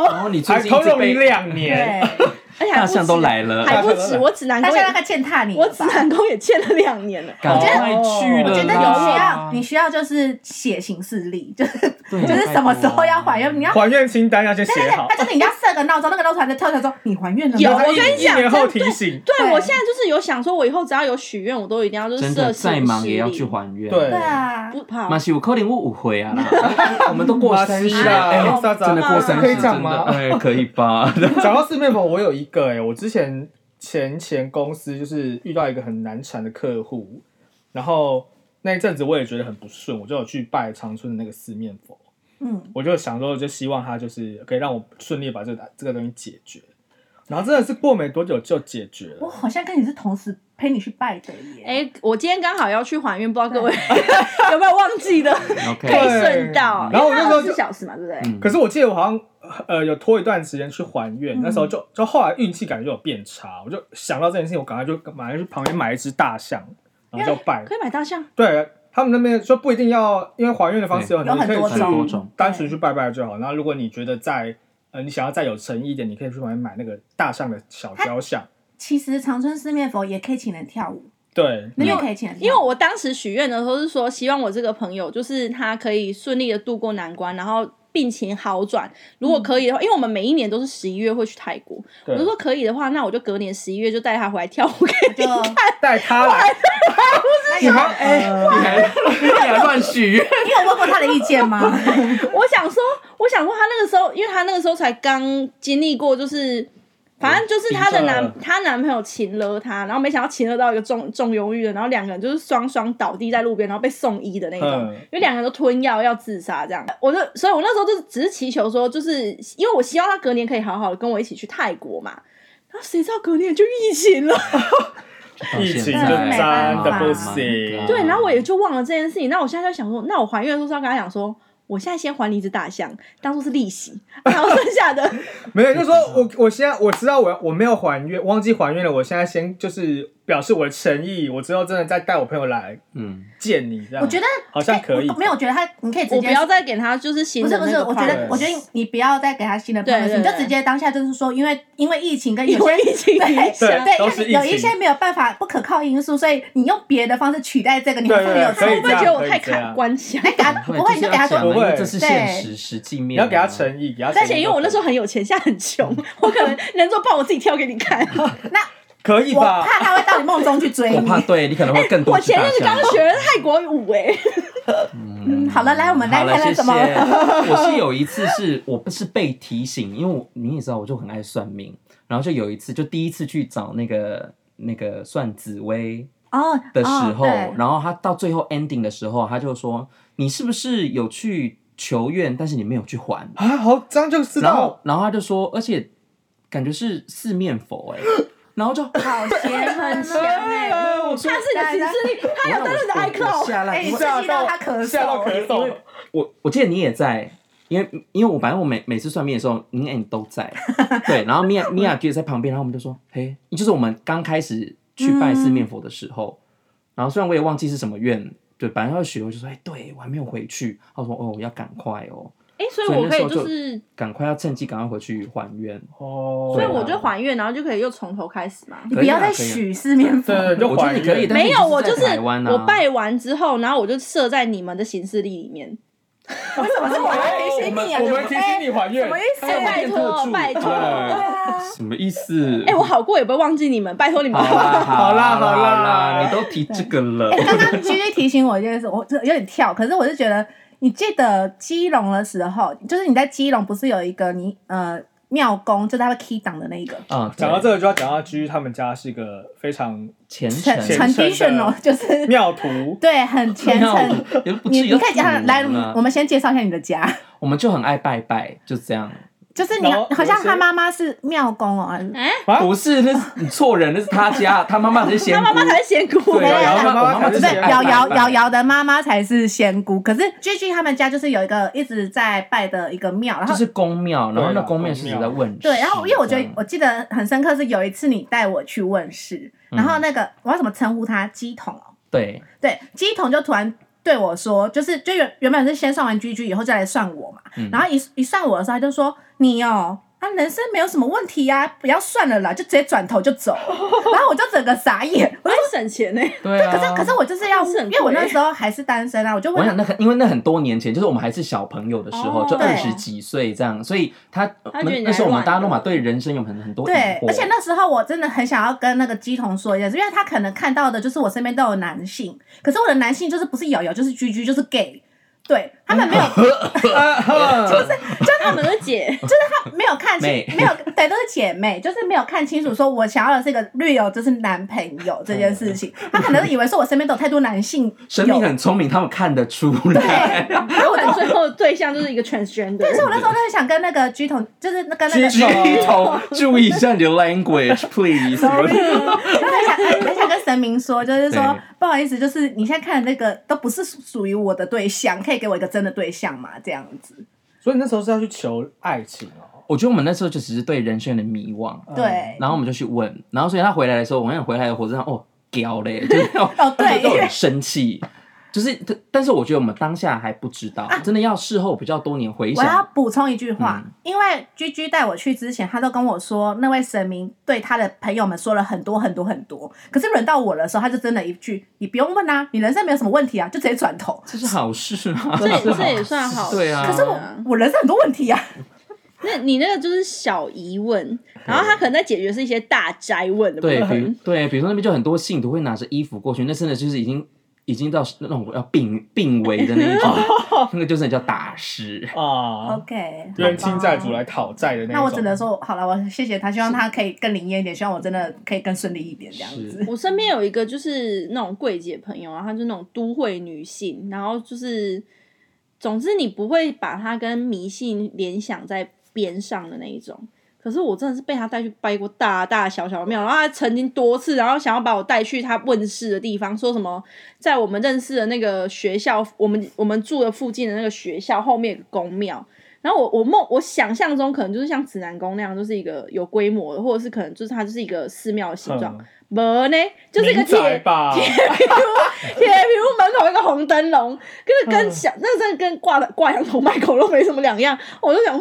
Speaker 5: 久
Speaker 3: 然后你最
Speaker 2: 还
Speaker 3: 近
Speaker 2: 通
Speaker 3: 一直
Speaker 2: 融你
Speaker 3: 被
Speaker 2: 两年，
Speaker 1: 对，
Speaker 5: 而且
Speaker 3: 大
Speaker 5: 还不止
Speaker 3: 象都来了，哎
Speaker 5: 还不
Speaker 2: 大象都
Speaker 3: <laughs>
Speaker 5: 止，
Speaker 2: 来
Speaker 5: 我指南
Speaker 1: 大
Speaker 5: 宫
Speaker 1: 象大
Speaker 5: 也，
Speaker 1: 概欠踏你了吧，
Speaker 5: 我指南宫也欠了两年了。
Speaker 3: 赶快去
Speaker 1: 我
Speaker 3: 了
Speaker 1: 觉得你
Speaker 5: 啊
Speaker 3: 啦
Speaker 1: 需要，你需要就是血型势力，就是
Speaker 3: 对
Speaker 1: 就是什么时候要还愿，你要
Speaker 2: 还愿清单要先嗯写好
Speaker 1: 那，就是你要设个闹钟，那个闹钟还在跳起来说你还愿了
Speaker 5: 有
Speaker 1: 吗？
Speaker 5: 我跟你
Speaker 2: 一
Speaker 5: 讲
Speaker 2: 年后
Speaker 5: 真
Speaker 2: 提醒。
Speaker 5: 对，
Speaker 1: 对
Speaker 5: 我现在就是有想说，我以后只要有许愿，我都一定要就是
Speaker 3: 真
Speaker 5: 设
Speaker 3: 的
Speaker 5: 事
Speaker 3: 再忙也要
Speaker 5: 事
Speaker 3: 去
Speaker 5: 例，
Speaker 3: 还愿。
Speaker 2: 对
Speaker 1: 对啊，
Speaker 5: 不怕
Speaker 3: 马。西五扣零五五回啊啦，我们都过三十
Speaker 2: 啦，
Speaker 3: 哎
Speaker 2: 哎莎莎
Speaker 3: 真的过三十，
Speaker 2: 可以讲吗？
Speaker 3: 真的哎，可以吧？
Speaker 2: 讲到四面佛，我有一个哎、我之前前前公司就是遇到一个很难缠的客户，然后那一阵子我也觉得很不顺，我就有去拜长春的那个四面佛，
Speaker 1: 嗯，
Speaker 2: 我就想说，就希望他就是可以让我顺利把这个这个东西解决，然后真的是过没多久就解决
Speaker 1: 我
Speaker 2: 了。
Speaker 1: 好像跟你是同时陪你去拜的耶，
Speaker 5: 哎、我今天刚好要去还愿，不知道各位 <laughs> 有没有忘
Speaker 3: <laughs>
Speaker 5: 记的，
Speaker 3: OK，
Speaker 5: 可以顺道。
Speaker 2: 然后我那时候就
Speaker 5: 四小时嘛，对不对？
Speaker 3: 嗯
Speaker 2: 可是我记得我好像呃有拖一段时间去还愿，
Speaker 1: 嗯
Speaker 2: 那时候就就后来运气感觉就有变差，我就想到这件事情，我赶快就马上去旁边买一只大象，然后就拜。
Speaker 5: 可以买大象，
Speaker 2: 对他们那边说不一定要，因为还愿的方式有很多，
Speaker 1: 有很
Speaker 2: 你
Speaker 1: 多
Speaker 2: 可以
Speaker 3: 种很多
Speaker 2: 去
Speaker 3: 种
Speaker 2: 单纯去拜拜就好。然后如果你觉得再呃你想要再有诚意一点，你可以去旁边买那个大象的小雕像。
Speaker 1: 其实长春四面佛也可以请人跳舞，
Speaker 2: 对，
Speaker 1: 那边可以请人跳舞，
Speaker 5: 因为我当时许愿的时候是说，希望我这个朋友就是他可以顺利的度过难关，然后病情好转。如果可以的话，因为我们每一年都是十一月会去泰国，我
Speaker 2: 对
Speaker 5: 就说可以的话，那我就隔年十一月就带他回来跳舞给
Speaker 1: 就
Speaker 5: 你。
Speaker 2: 带它来，你还哎，
Speaker 3: 你还你还乱许愿，
Speaker 1: 你有问过他的意见
Speaker 5: <laughs>
Speaker 1: 吗？
Speaker 5: 我想说，我想说，他那个时候，因为他那个时候才刚经历过，就是反正就是她的
Speaker 2: 嗯
Speaker 5: 男，她男朋友擒了她，然后没想到擒了到一个重重忧郁的，然后两个人就是双双倒地在路边，然后被送医的那种，
Speaker 2: 嗯
Speaker 5: 因为两个人都吞药要自杀这样。我就，所以我那时候就是只是祈求说，就是因为我希望他隔年可以好好的跟我一起去泰国嘛。然后谁知道隔年就疫
Speaker 2: <laughs>
Speaker 5: 情了，
Speaker 2: <laughs> 疫情就
Speaker 1: 真
Speaker 2: 真
Speaker 1: 没办
Speaker 2: 的
Speaker 1: 法
Speaker 2: 不
Speaker 3: Oh
Speaker 2: 行。
Speaker 5: 对，然后我也就忘了这件事情。那我现在就想说，那我还愿的时候是要跟他讲说，我现在先还你一只大象，当做是利息，然后剩下的
Speaker 2: 没有，就说我我现在我知道我我没有还愿，忘记还愿了。我现在先就是表示我的诚意，我之后真的再带我朋友来
Speaker 3: 嗯，
Speaker 2: 见你这样。
Speaker 1: 我觉得
Speaker 2: 好像可以
Speaker 1: 我没有我觉得他，你可以直
Speaker 5: 我
Speaker 1: 接
Speaker 5: 不要再给他就是新
Speaker 1: 不是
Speaker 5: 的
Speaker 1: 不
Speaker 5: 那
Speaker 1: 是，
Speaker 5: 个
Speaker 1: 我觉得
Speaker 2: promise
Speaker 1: 我觉得你不要再给他新的
Speaker 5: 对
Speaker 1: promise，
Speaker 5: 对
Speaker 1: 你就
Speaker 5: 对
Speaker 1: 直接当下就是说，因为因为疫情跟有
Speaker 5: 因
Speaker 1: 些
Speaker 5: 为疫情
Speaker 1: 对
Speaker 5: 影响
Speaker 1: 对，
Speaker 2: 都
Speaker 1: 因
Speaker 2: 是
Speaker 1: 为
Speaker 2: 疫情
Speaker 1: 有一些没有办法不可靠因素，所以你用别的方式取代这个，你
Speaker 2: 对
Speaker 1: 还是没有
Speaker 2: 对对可
Speaker 5: 会
Speaker 2: 以
Speaker 5: 不
Speaker 1: 错。
Speaker 5: 会觉得我太卡关系啊？
Speaker 1: 给他不会，你就给他
Speaker 2: 不
Speaker 1: 说，
Speaker 2: 会
Speaker 3: 因为这是现实实际面。啊
Speaker 2: 你要给他诚意，给他诚意
Speaker 5: 而且因为我那时候很有钱，现在很穷，我可能能做报我自己挑给你
Speaker 3: <laughs>
Speaker 5: 看。
Speaker 2: 可以
Speaker 1: 我
Speaker 2: 吧？
Speaker 1: 怕他会到你梦中去追
Speaker 3: 我
Speaker 1: 你。
Speaker 3: 怕对你可能会更多
Speaker 5: 我
Speaker 3: 去
Speaker 5: 前
Speaker 3: 打
Speaker 5: 阵子
Speaker 3: 枪。
Speaker 5: 刚学了泰国舞哎，
Speaker 1: 嗯，好了，来我们来
Speaker 3: 好了，
Speaker 1: 看
Speaker 3: 谢
Speaker 1: 看
Speaker 3: 谢。
Speaker 1: 什么。 <laughs>
Speaker 3: 我是有一次是我不是被提醒，因为我你也知道，我就很爱算命，然后就有一次就第一次去找那个那个算紫薇
Speaker 1: 哦
Speaker 3: 的时候，
Speaker 1: 哦
Speaker 3: 然后他到最后 ending 的时候，他就说你是不是有去求愿，但是你没有去还，
Speaker 2: 啊，好，这样就知
Speaker 3: 然
Speaker 2: 道
Speaker 3: 后。然后他就说，而且感觉是四面佛哎、
Speaker 1: <laughs>
Speaker 3: 然后就。
Speaker 1: 对，好邪门
Speaker 5: 邪
Speaker 2: 啊
Speaker 5: 门
Speaker 1: 欸
Speaker 3: 哎我说
Speaker 5: <laughs> 他是你的行事力，他哎有当时的 i
Speaker 3: 我
Speaker 5: c o
Speaker 3: 下来，
Speaker 1: 哎，
Speaker 3: 因为
Speaker 1: 你刺激到他咳
Speaker 2: 吓到
Speaker 1: 嗽。
Speaker 2: 咳嗽。
Speaker 3: 我我记得你也在，因为因为我反正我每每次算命的时候，你 and 都
Speaker 5: <laughs>
Speaker 3: 在，对，然后米娅米娅就在旁边，然后我们就说，嘿，就是我们刚开始去拜四面佛的时候，
Speaker 5: 嗯
Speaker 3: 然后虽然我也忘记是什么愿，对，反正要许，我就说，哎，对我还没有回去，他说，哦，要赶快哦，
Speaker 5: 哎，所以我可以就是，
Speaker 3: 赶快要趁机赶快回去还愿，
Speaker 2: 哦，
Speaker 5: 所以
Speaker 3: 对啊
Speaker 5: 我就还愿，然后就可以又从头开始嘛。
Speaker 1: 你不要
Speaker 3: 啊
Speaker 1: 再许四面佛，
Speaker 2: 对，就
Speaker 3: 我觉得
Speaker 2: 还
Speaker 3: 你可以
Speaker 2: 愿
Speaker 3: 但是
Speaker 5: 没有，我
Speaker 3: 就是
Speaker 5: 就
Speaker 3: 在台湾啊
Speaker 5: 我拜完之后，然后我就设在你们的行事历里面。
Speaker 1: 为什么是我来提醒你啊？
Speaker 2: 我们提醒你还
Speaker 1: 哎，
Speaker 2: 愿
Speaker 1: 什么意。思？
Speaker 5: 哎，拜托，拜托！哎，
Speaker 3: 什么意
Speaker 5: <laughs>
Speaker 3: 思？
Speaker 5: 我好过也不会忘记你们，拜托你们
Speaker 3: 好。啦
Speaker 2: 好啦
Speaker 3: 啦
Speaker 2: 好啦
Speaker 3: 啦，你都提这个了，
Speaker 1: 哎
Speaker 5: 哎
Speaker 1: 刚刚 G G 提醒我一件事，我这有点跳，可是我就觉得，你记得基隆的时候，就是你在基隆不是有一个你呃庙公，就是他会 key 档的那一个，
Speaker 3: 啊，
Speaker 2: 讲到这个就要讲到居他们家是一个非常
Speaker 3: 虔
Speaker 1: 很
Speaker 3: 诚，
Speaker 2: 虔诚的
Speaker 1: traditional，就是
Speaker 2: 庙途，
Speaker 1: 对，很
Speaker 3: <laughs>
Speaker 1: 虔诚。
Speaker 3: 也不
Speaker 1: 你
Speaker 3: 至于
Speaker 1: 你可以
Speaker 3: 到
Speaker 1: 讲来
Speaker 3: 主人啊，
Speaker 1: 我们先介绍一下你的家， <laughs>
Speaker 3: 我们就很爱拜拜，就这样。
Speaker 1: 就是你
Speaker 2: 然后
Speaker 1: 好像
Speaker 2: 有一
Speaker 1: 他
Speaker 2: 些
Speaker 1: 妈妈是庙公哦，
Speaker 2: 啊
Speaker 3: 不是，那是你错人，那是他家，他妈妈才是仙
Speaker 5: 他
Speaker 3: 姑。
Speaker 5: 妈妈才是仙姑欸
Speaker 3: 对，啊
Speaker 1: 对
Speaker 3: 然后
Speaker 1: 对
Speaker 3: 我妈
Speaker 2: 对
Speaker 3: 妈
Speaker 1: 不
Speaker 3: 就是是
Speaker 2: 对
Speaker 3: 爱
Speaker 1: 瑶瑶
Speaker 3: 拜拜
Speaker 1: 瑶，瑶的妈妈才是仙姑，可是 G G 他们家就是有一个一直在拜的一个庙，然后
Speaker 3: 就是宫庙，然后
Speaker 5: 啊
Speaker 2: 对啦
Speaker 3: 那宫庙是
Speaker 2: 宫庙
Speaker 3: 在问世。
Speaker 1: 对，然后因为我觉
Speaker 3: 这
Speaker 1: 得
Speaker 3: 样
Speaker 1: 我记得很深刻是有一次你带我去问世，
Speaker 3: 嗯
Speaker 1: 然后那个我要怎么称呼他？鸡桶哦，
Speaker 3: 对，
Speaker 1: 对，鸡桶就突然对我说，就是就原原本是先算完居居以后再来算我嘛，
Speaker 3: 嗯
Speaker 1: 然后一一算我的时候他就说你哦。啊，人生没有什么问题呀、不要算了啦，就直接转头就走。 <laughs> 然后我就整个傻眼，
Speaker 5: 我很省钱呢。欸 <laughs>
Speaker 3: 对啊。
Speaker 1: 可是可是我就是要，
Speaker 5: 真的是很
Speaker 1: 因为我那
Speaker 5: 贵
Speaker 1: 时候还是单身啊，我就
Speaker 3: 我
Speaker 1: 问他
Speaker 3: 想那很，因为那很多年前，就是我们还是小朋友的时候，
Speaker 5: 哦
Speaker 3: 就
Speaker 1: 对
Speaker 3: 二十几岁这样，所以他
Speaker 5: 他觉得你
Speaker 3: 那时候我们
Speaker 5: 来乱的
Speaker 3: 大家都嘛对人生有很很多疑
Speaker 1: 对，
Speaker 3: 惑
Speaker 1: 而且那时候我真的很想要跟那个鸡童说一件事，因为他可能看到的就是我身边都有男性，可是我的男性就是不是瑶瑶就是居居就是 gay，对他们没有
Speaker 5: 就他们的
Speaker 3: <laughs>
Speaker 5: 姐，
Speaker 1: 没有看清
Speaker 3: 妹，
Speaker 1: 没有 <laughs> 对都是姐妹，就是没有看清楚说我想要的是一个 real 就是男朋友这件事
Speaker 3: <laughs>
Speaker 1: 情，他可能以为说我身边都有太多男性友，
Speaker 3: 神明很聪明，他们看得出来。
Speaker 1: 对，然后我就
Speaker 5: 但最后对象就是一个 transgender。
Speaker 1: 但是我那时候就是想跟那个居童，就是跟那个
Speaker 3: 举 <laughs> 头，注意一下你的 language
Speaker 1: <laughs>
Speaker 3: please。
Speaker 1: 然后还想还想跟神明说，就是说
Speaker 3: 对
Speaker 1: 不好意思，就是你现在看的那个都不是属属于我的对象，可以给我一个真的对象吗？这样子，
Speaker 2: 所以那时候是要去求爱情哦。
Speaker 3: 我觉得我们那时候就只是对人生的迷惘，
Speaker 1: 对，
Speaker 3: 然后我们就去问，然后所以他回来的时候，我想回来的火车上哦，屌嘞， <laughs> 就是
Speaker 1: 哦对
Speaker 3: 就很生气，就是但是我觉得我们当下还不知道，真的要事后比较多年回
Speaker 1: 啊我要
Speaker 3: 想，
Speaker 1: 补充一句话，因为居居带我去之前，他都跟我说那位神明对他的朋友们说了很多很多很多，可是轮到我的时候，他就真的一句：“你不用问啊，你人生没有什么问题啊，就直接转头。
Speaker 3: 这是好事啊，
Speaker 5: 这
Speaker 3: <laughs>
Speaker 5: 也
Speaker 3: 是好
Speaker 5: 这也算好事
Speaker 3: 对啊。
Speaker 1: 可是我我人生很多问题啊，
Speaker 5: 那你那个就是小疑问，然后他可能在解决是一些大灾问的部
Speaker 3: 对，比如
Speaker 5: 分。
Speaker 3: 对，比如说那边就很多信徒会拿着衣服过去，那真的就是已经已经到那种要病病危的那
Speaker 1: <laughs>
Speaker 3: 一
Speaker 1: 哦
Speaker 3: 种，那个就是叫打湿。
Speaker 2: 啊，
Speaker 1: OK，
Speaker 2: 冤亲债主来讨债的那一种。
Speaker 1: 那我只能说好了，我谢谢他，希望他可以更灵验一点，希望我真的可以更顺利一点这样子
Speaker 3: 是。
Speaker 5: 我身边有一个就是那种柜姐朋友，然后她就那种都会女性，然后就是，总之你不会把她跟迷信联想在边上的那一种。可是我真的是被她带去拜过大大小小的庙，然后她曾经多次，然后想要把我带去她问世的地方，说什么在我们认识的那个学校，我们我们住的附近的那个学校后面有个公庙，然后我我梦我想象中可能就是像指南宫那样，就是一个有规模的，或者是可能就是它就是一个寺庙的形状。
Speaker 2: 嗯
Speaker 5: 没呢，就是一个
Speaker 2: 民宅
Speaker 5: 铁
Speaker 1: <laughs>
Speaker 2: 吧，
Speaker 5: <laughs> 铁皮屋门口一个红灯笼，跟着跟想，那真的跟挂的挂羊头卖狗肉没什么两样。我就想，嗯，这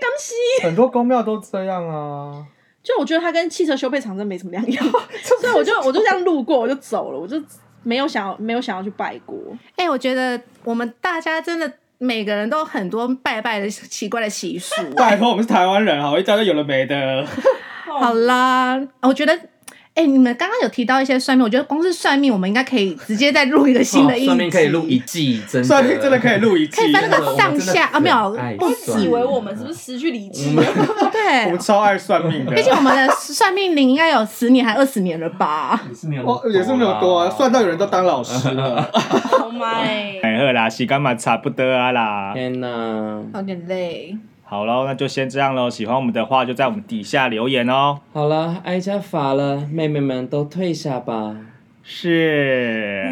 Speaker 5: 刚西，
Speaker 2: 很多公庙都这样啊。
Speaker 5: 就我觉得它跟汽车修配厂真没什么两样， <laughs> 所以我就我就这样路过，我就走了，我就没有想要没有想要去拜过。
Speaker 1: 哎、我觉得我们大家真的每个人都有很多拜拜的奇怪的习俗。啊 <laughs>
Speaker 2: 拜托，我们是台湾人，好，一大堆有了没 <laughs> 的。
Speaker 1: 好啦，啊我觉得，哎、你们刚刚有提到一些算命，我觉得光是算命，我们应该可以直接再录一个新的一集。
Speaker 3: 算命哦可以录一季，真的
Speaker 2: 算命真的可以录一啊
Speaker 1: 可
Speaker 2: 季
Speaker 1: 以，翻那
Speaker 3: 我
Speaker 1: 个
Speaker 3: 们
Speaker 1: 上下啊，没有
Speaker 3: 真的很爱
Speaker 1: 不
Speaker 3: 算
Speaker 1: 止，
Speaker 5: 是不是失去理智？
Speaker 2: 嗯我
Speaker 1: 对
Speaker 2: 们，超爱算命的 <laughs>
Speaker 1: 毕。竟我们的算命龄应该有十年还二十年了吧？
Speaker 3: 也是没有
Speaker 2: 哦，也是没有多啊，算到有人都当老师了。
Speaker 5: Oh my！
Speaker 2: <laughs> 哎呵啦，洗干嘛差不多啊啦。
Speaker 3: 天哪！
Speaker 1: 有点累，
Speaker 2: 好喽，那就先这样喽。喜欢我们的话，就在我们底下留言哦。
Speaker 3: 好了，挨家法
Speaker 1: 嗯
Speaker 3: 了，妹妹们都退下吧。
Speaker 2: 是。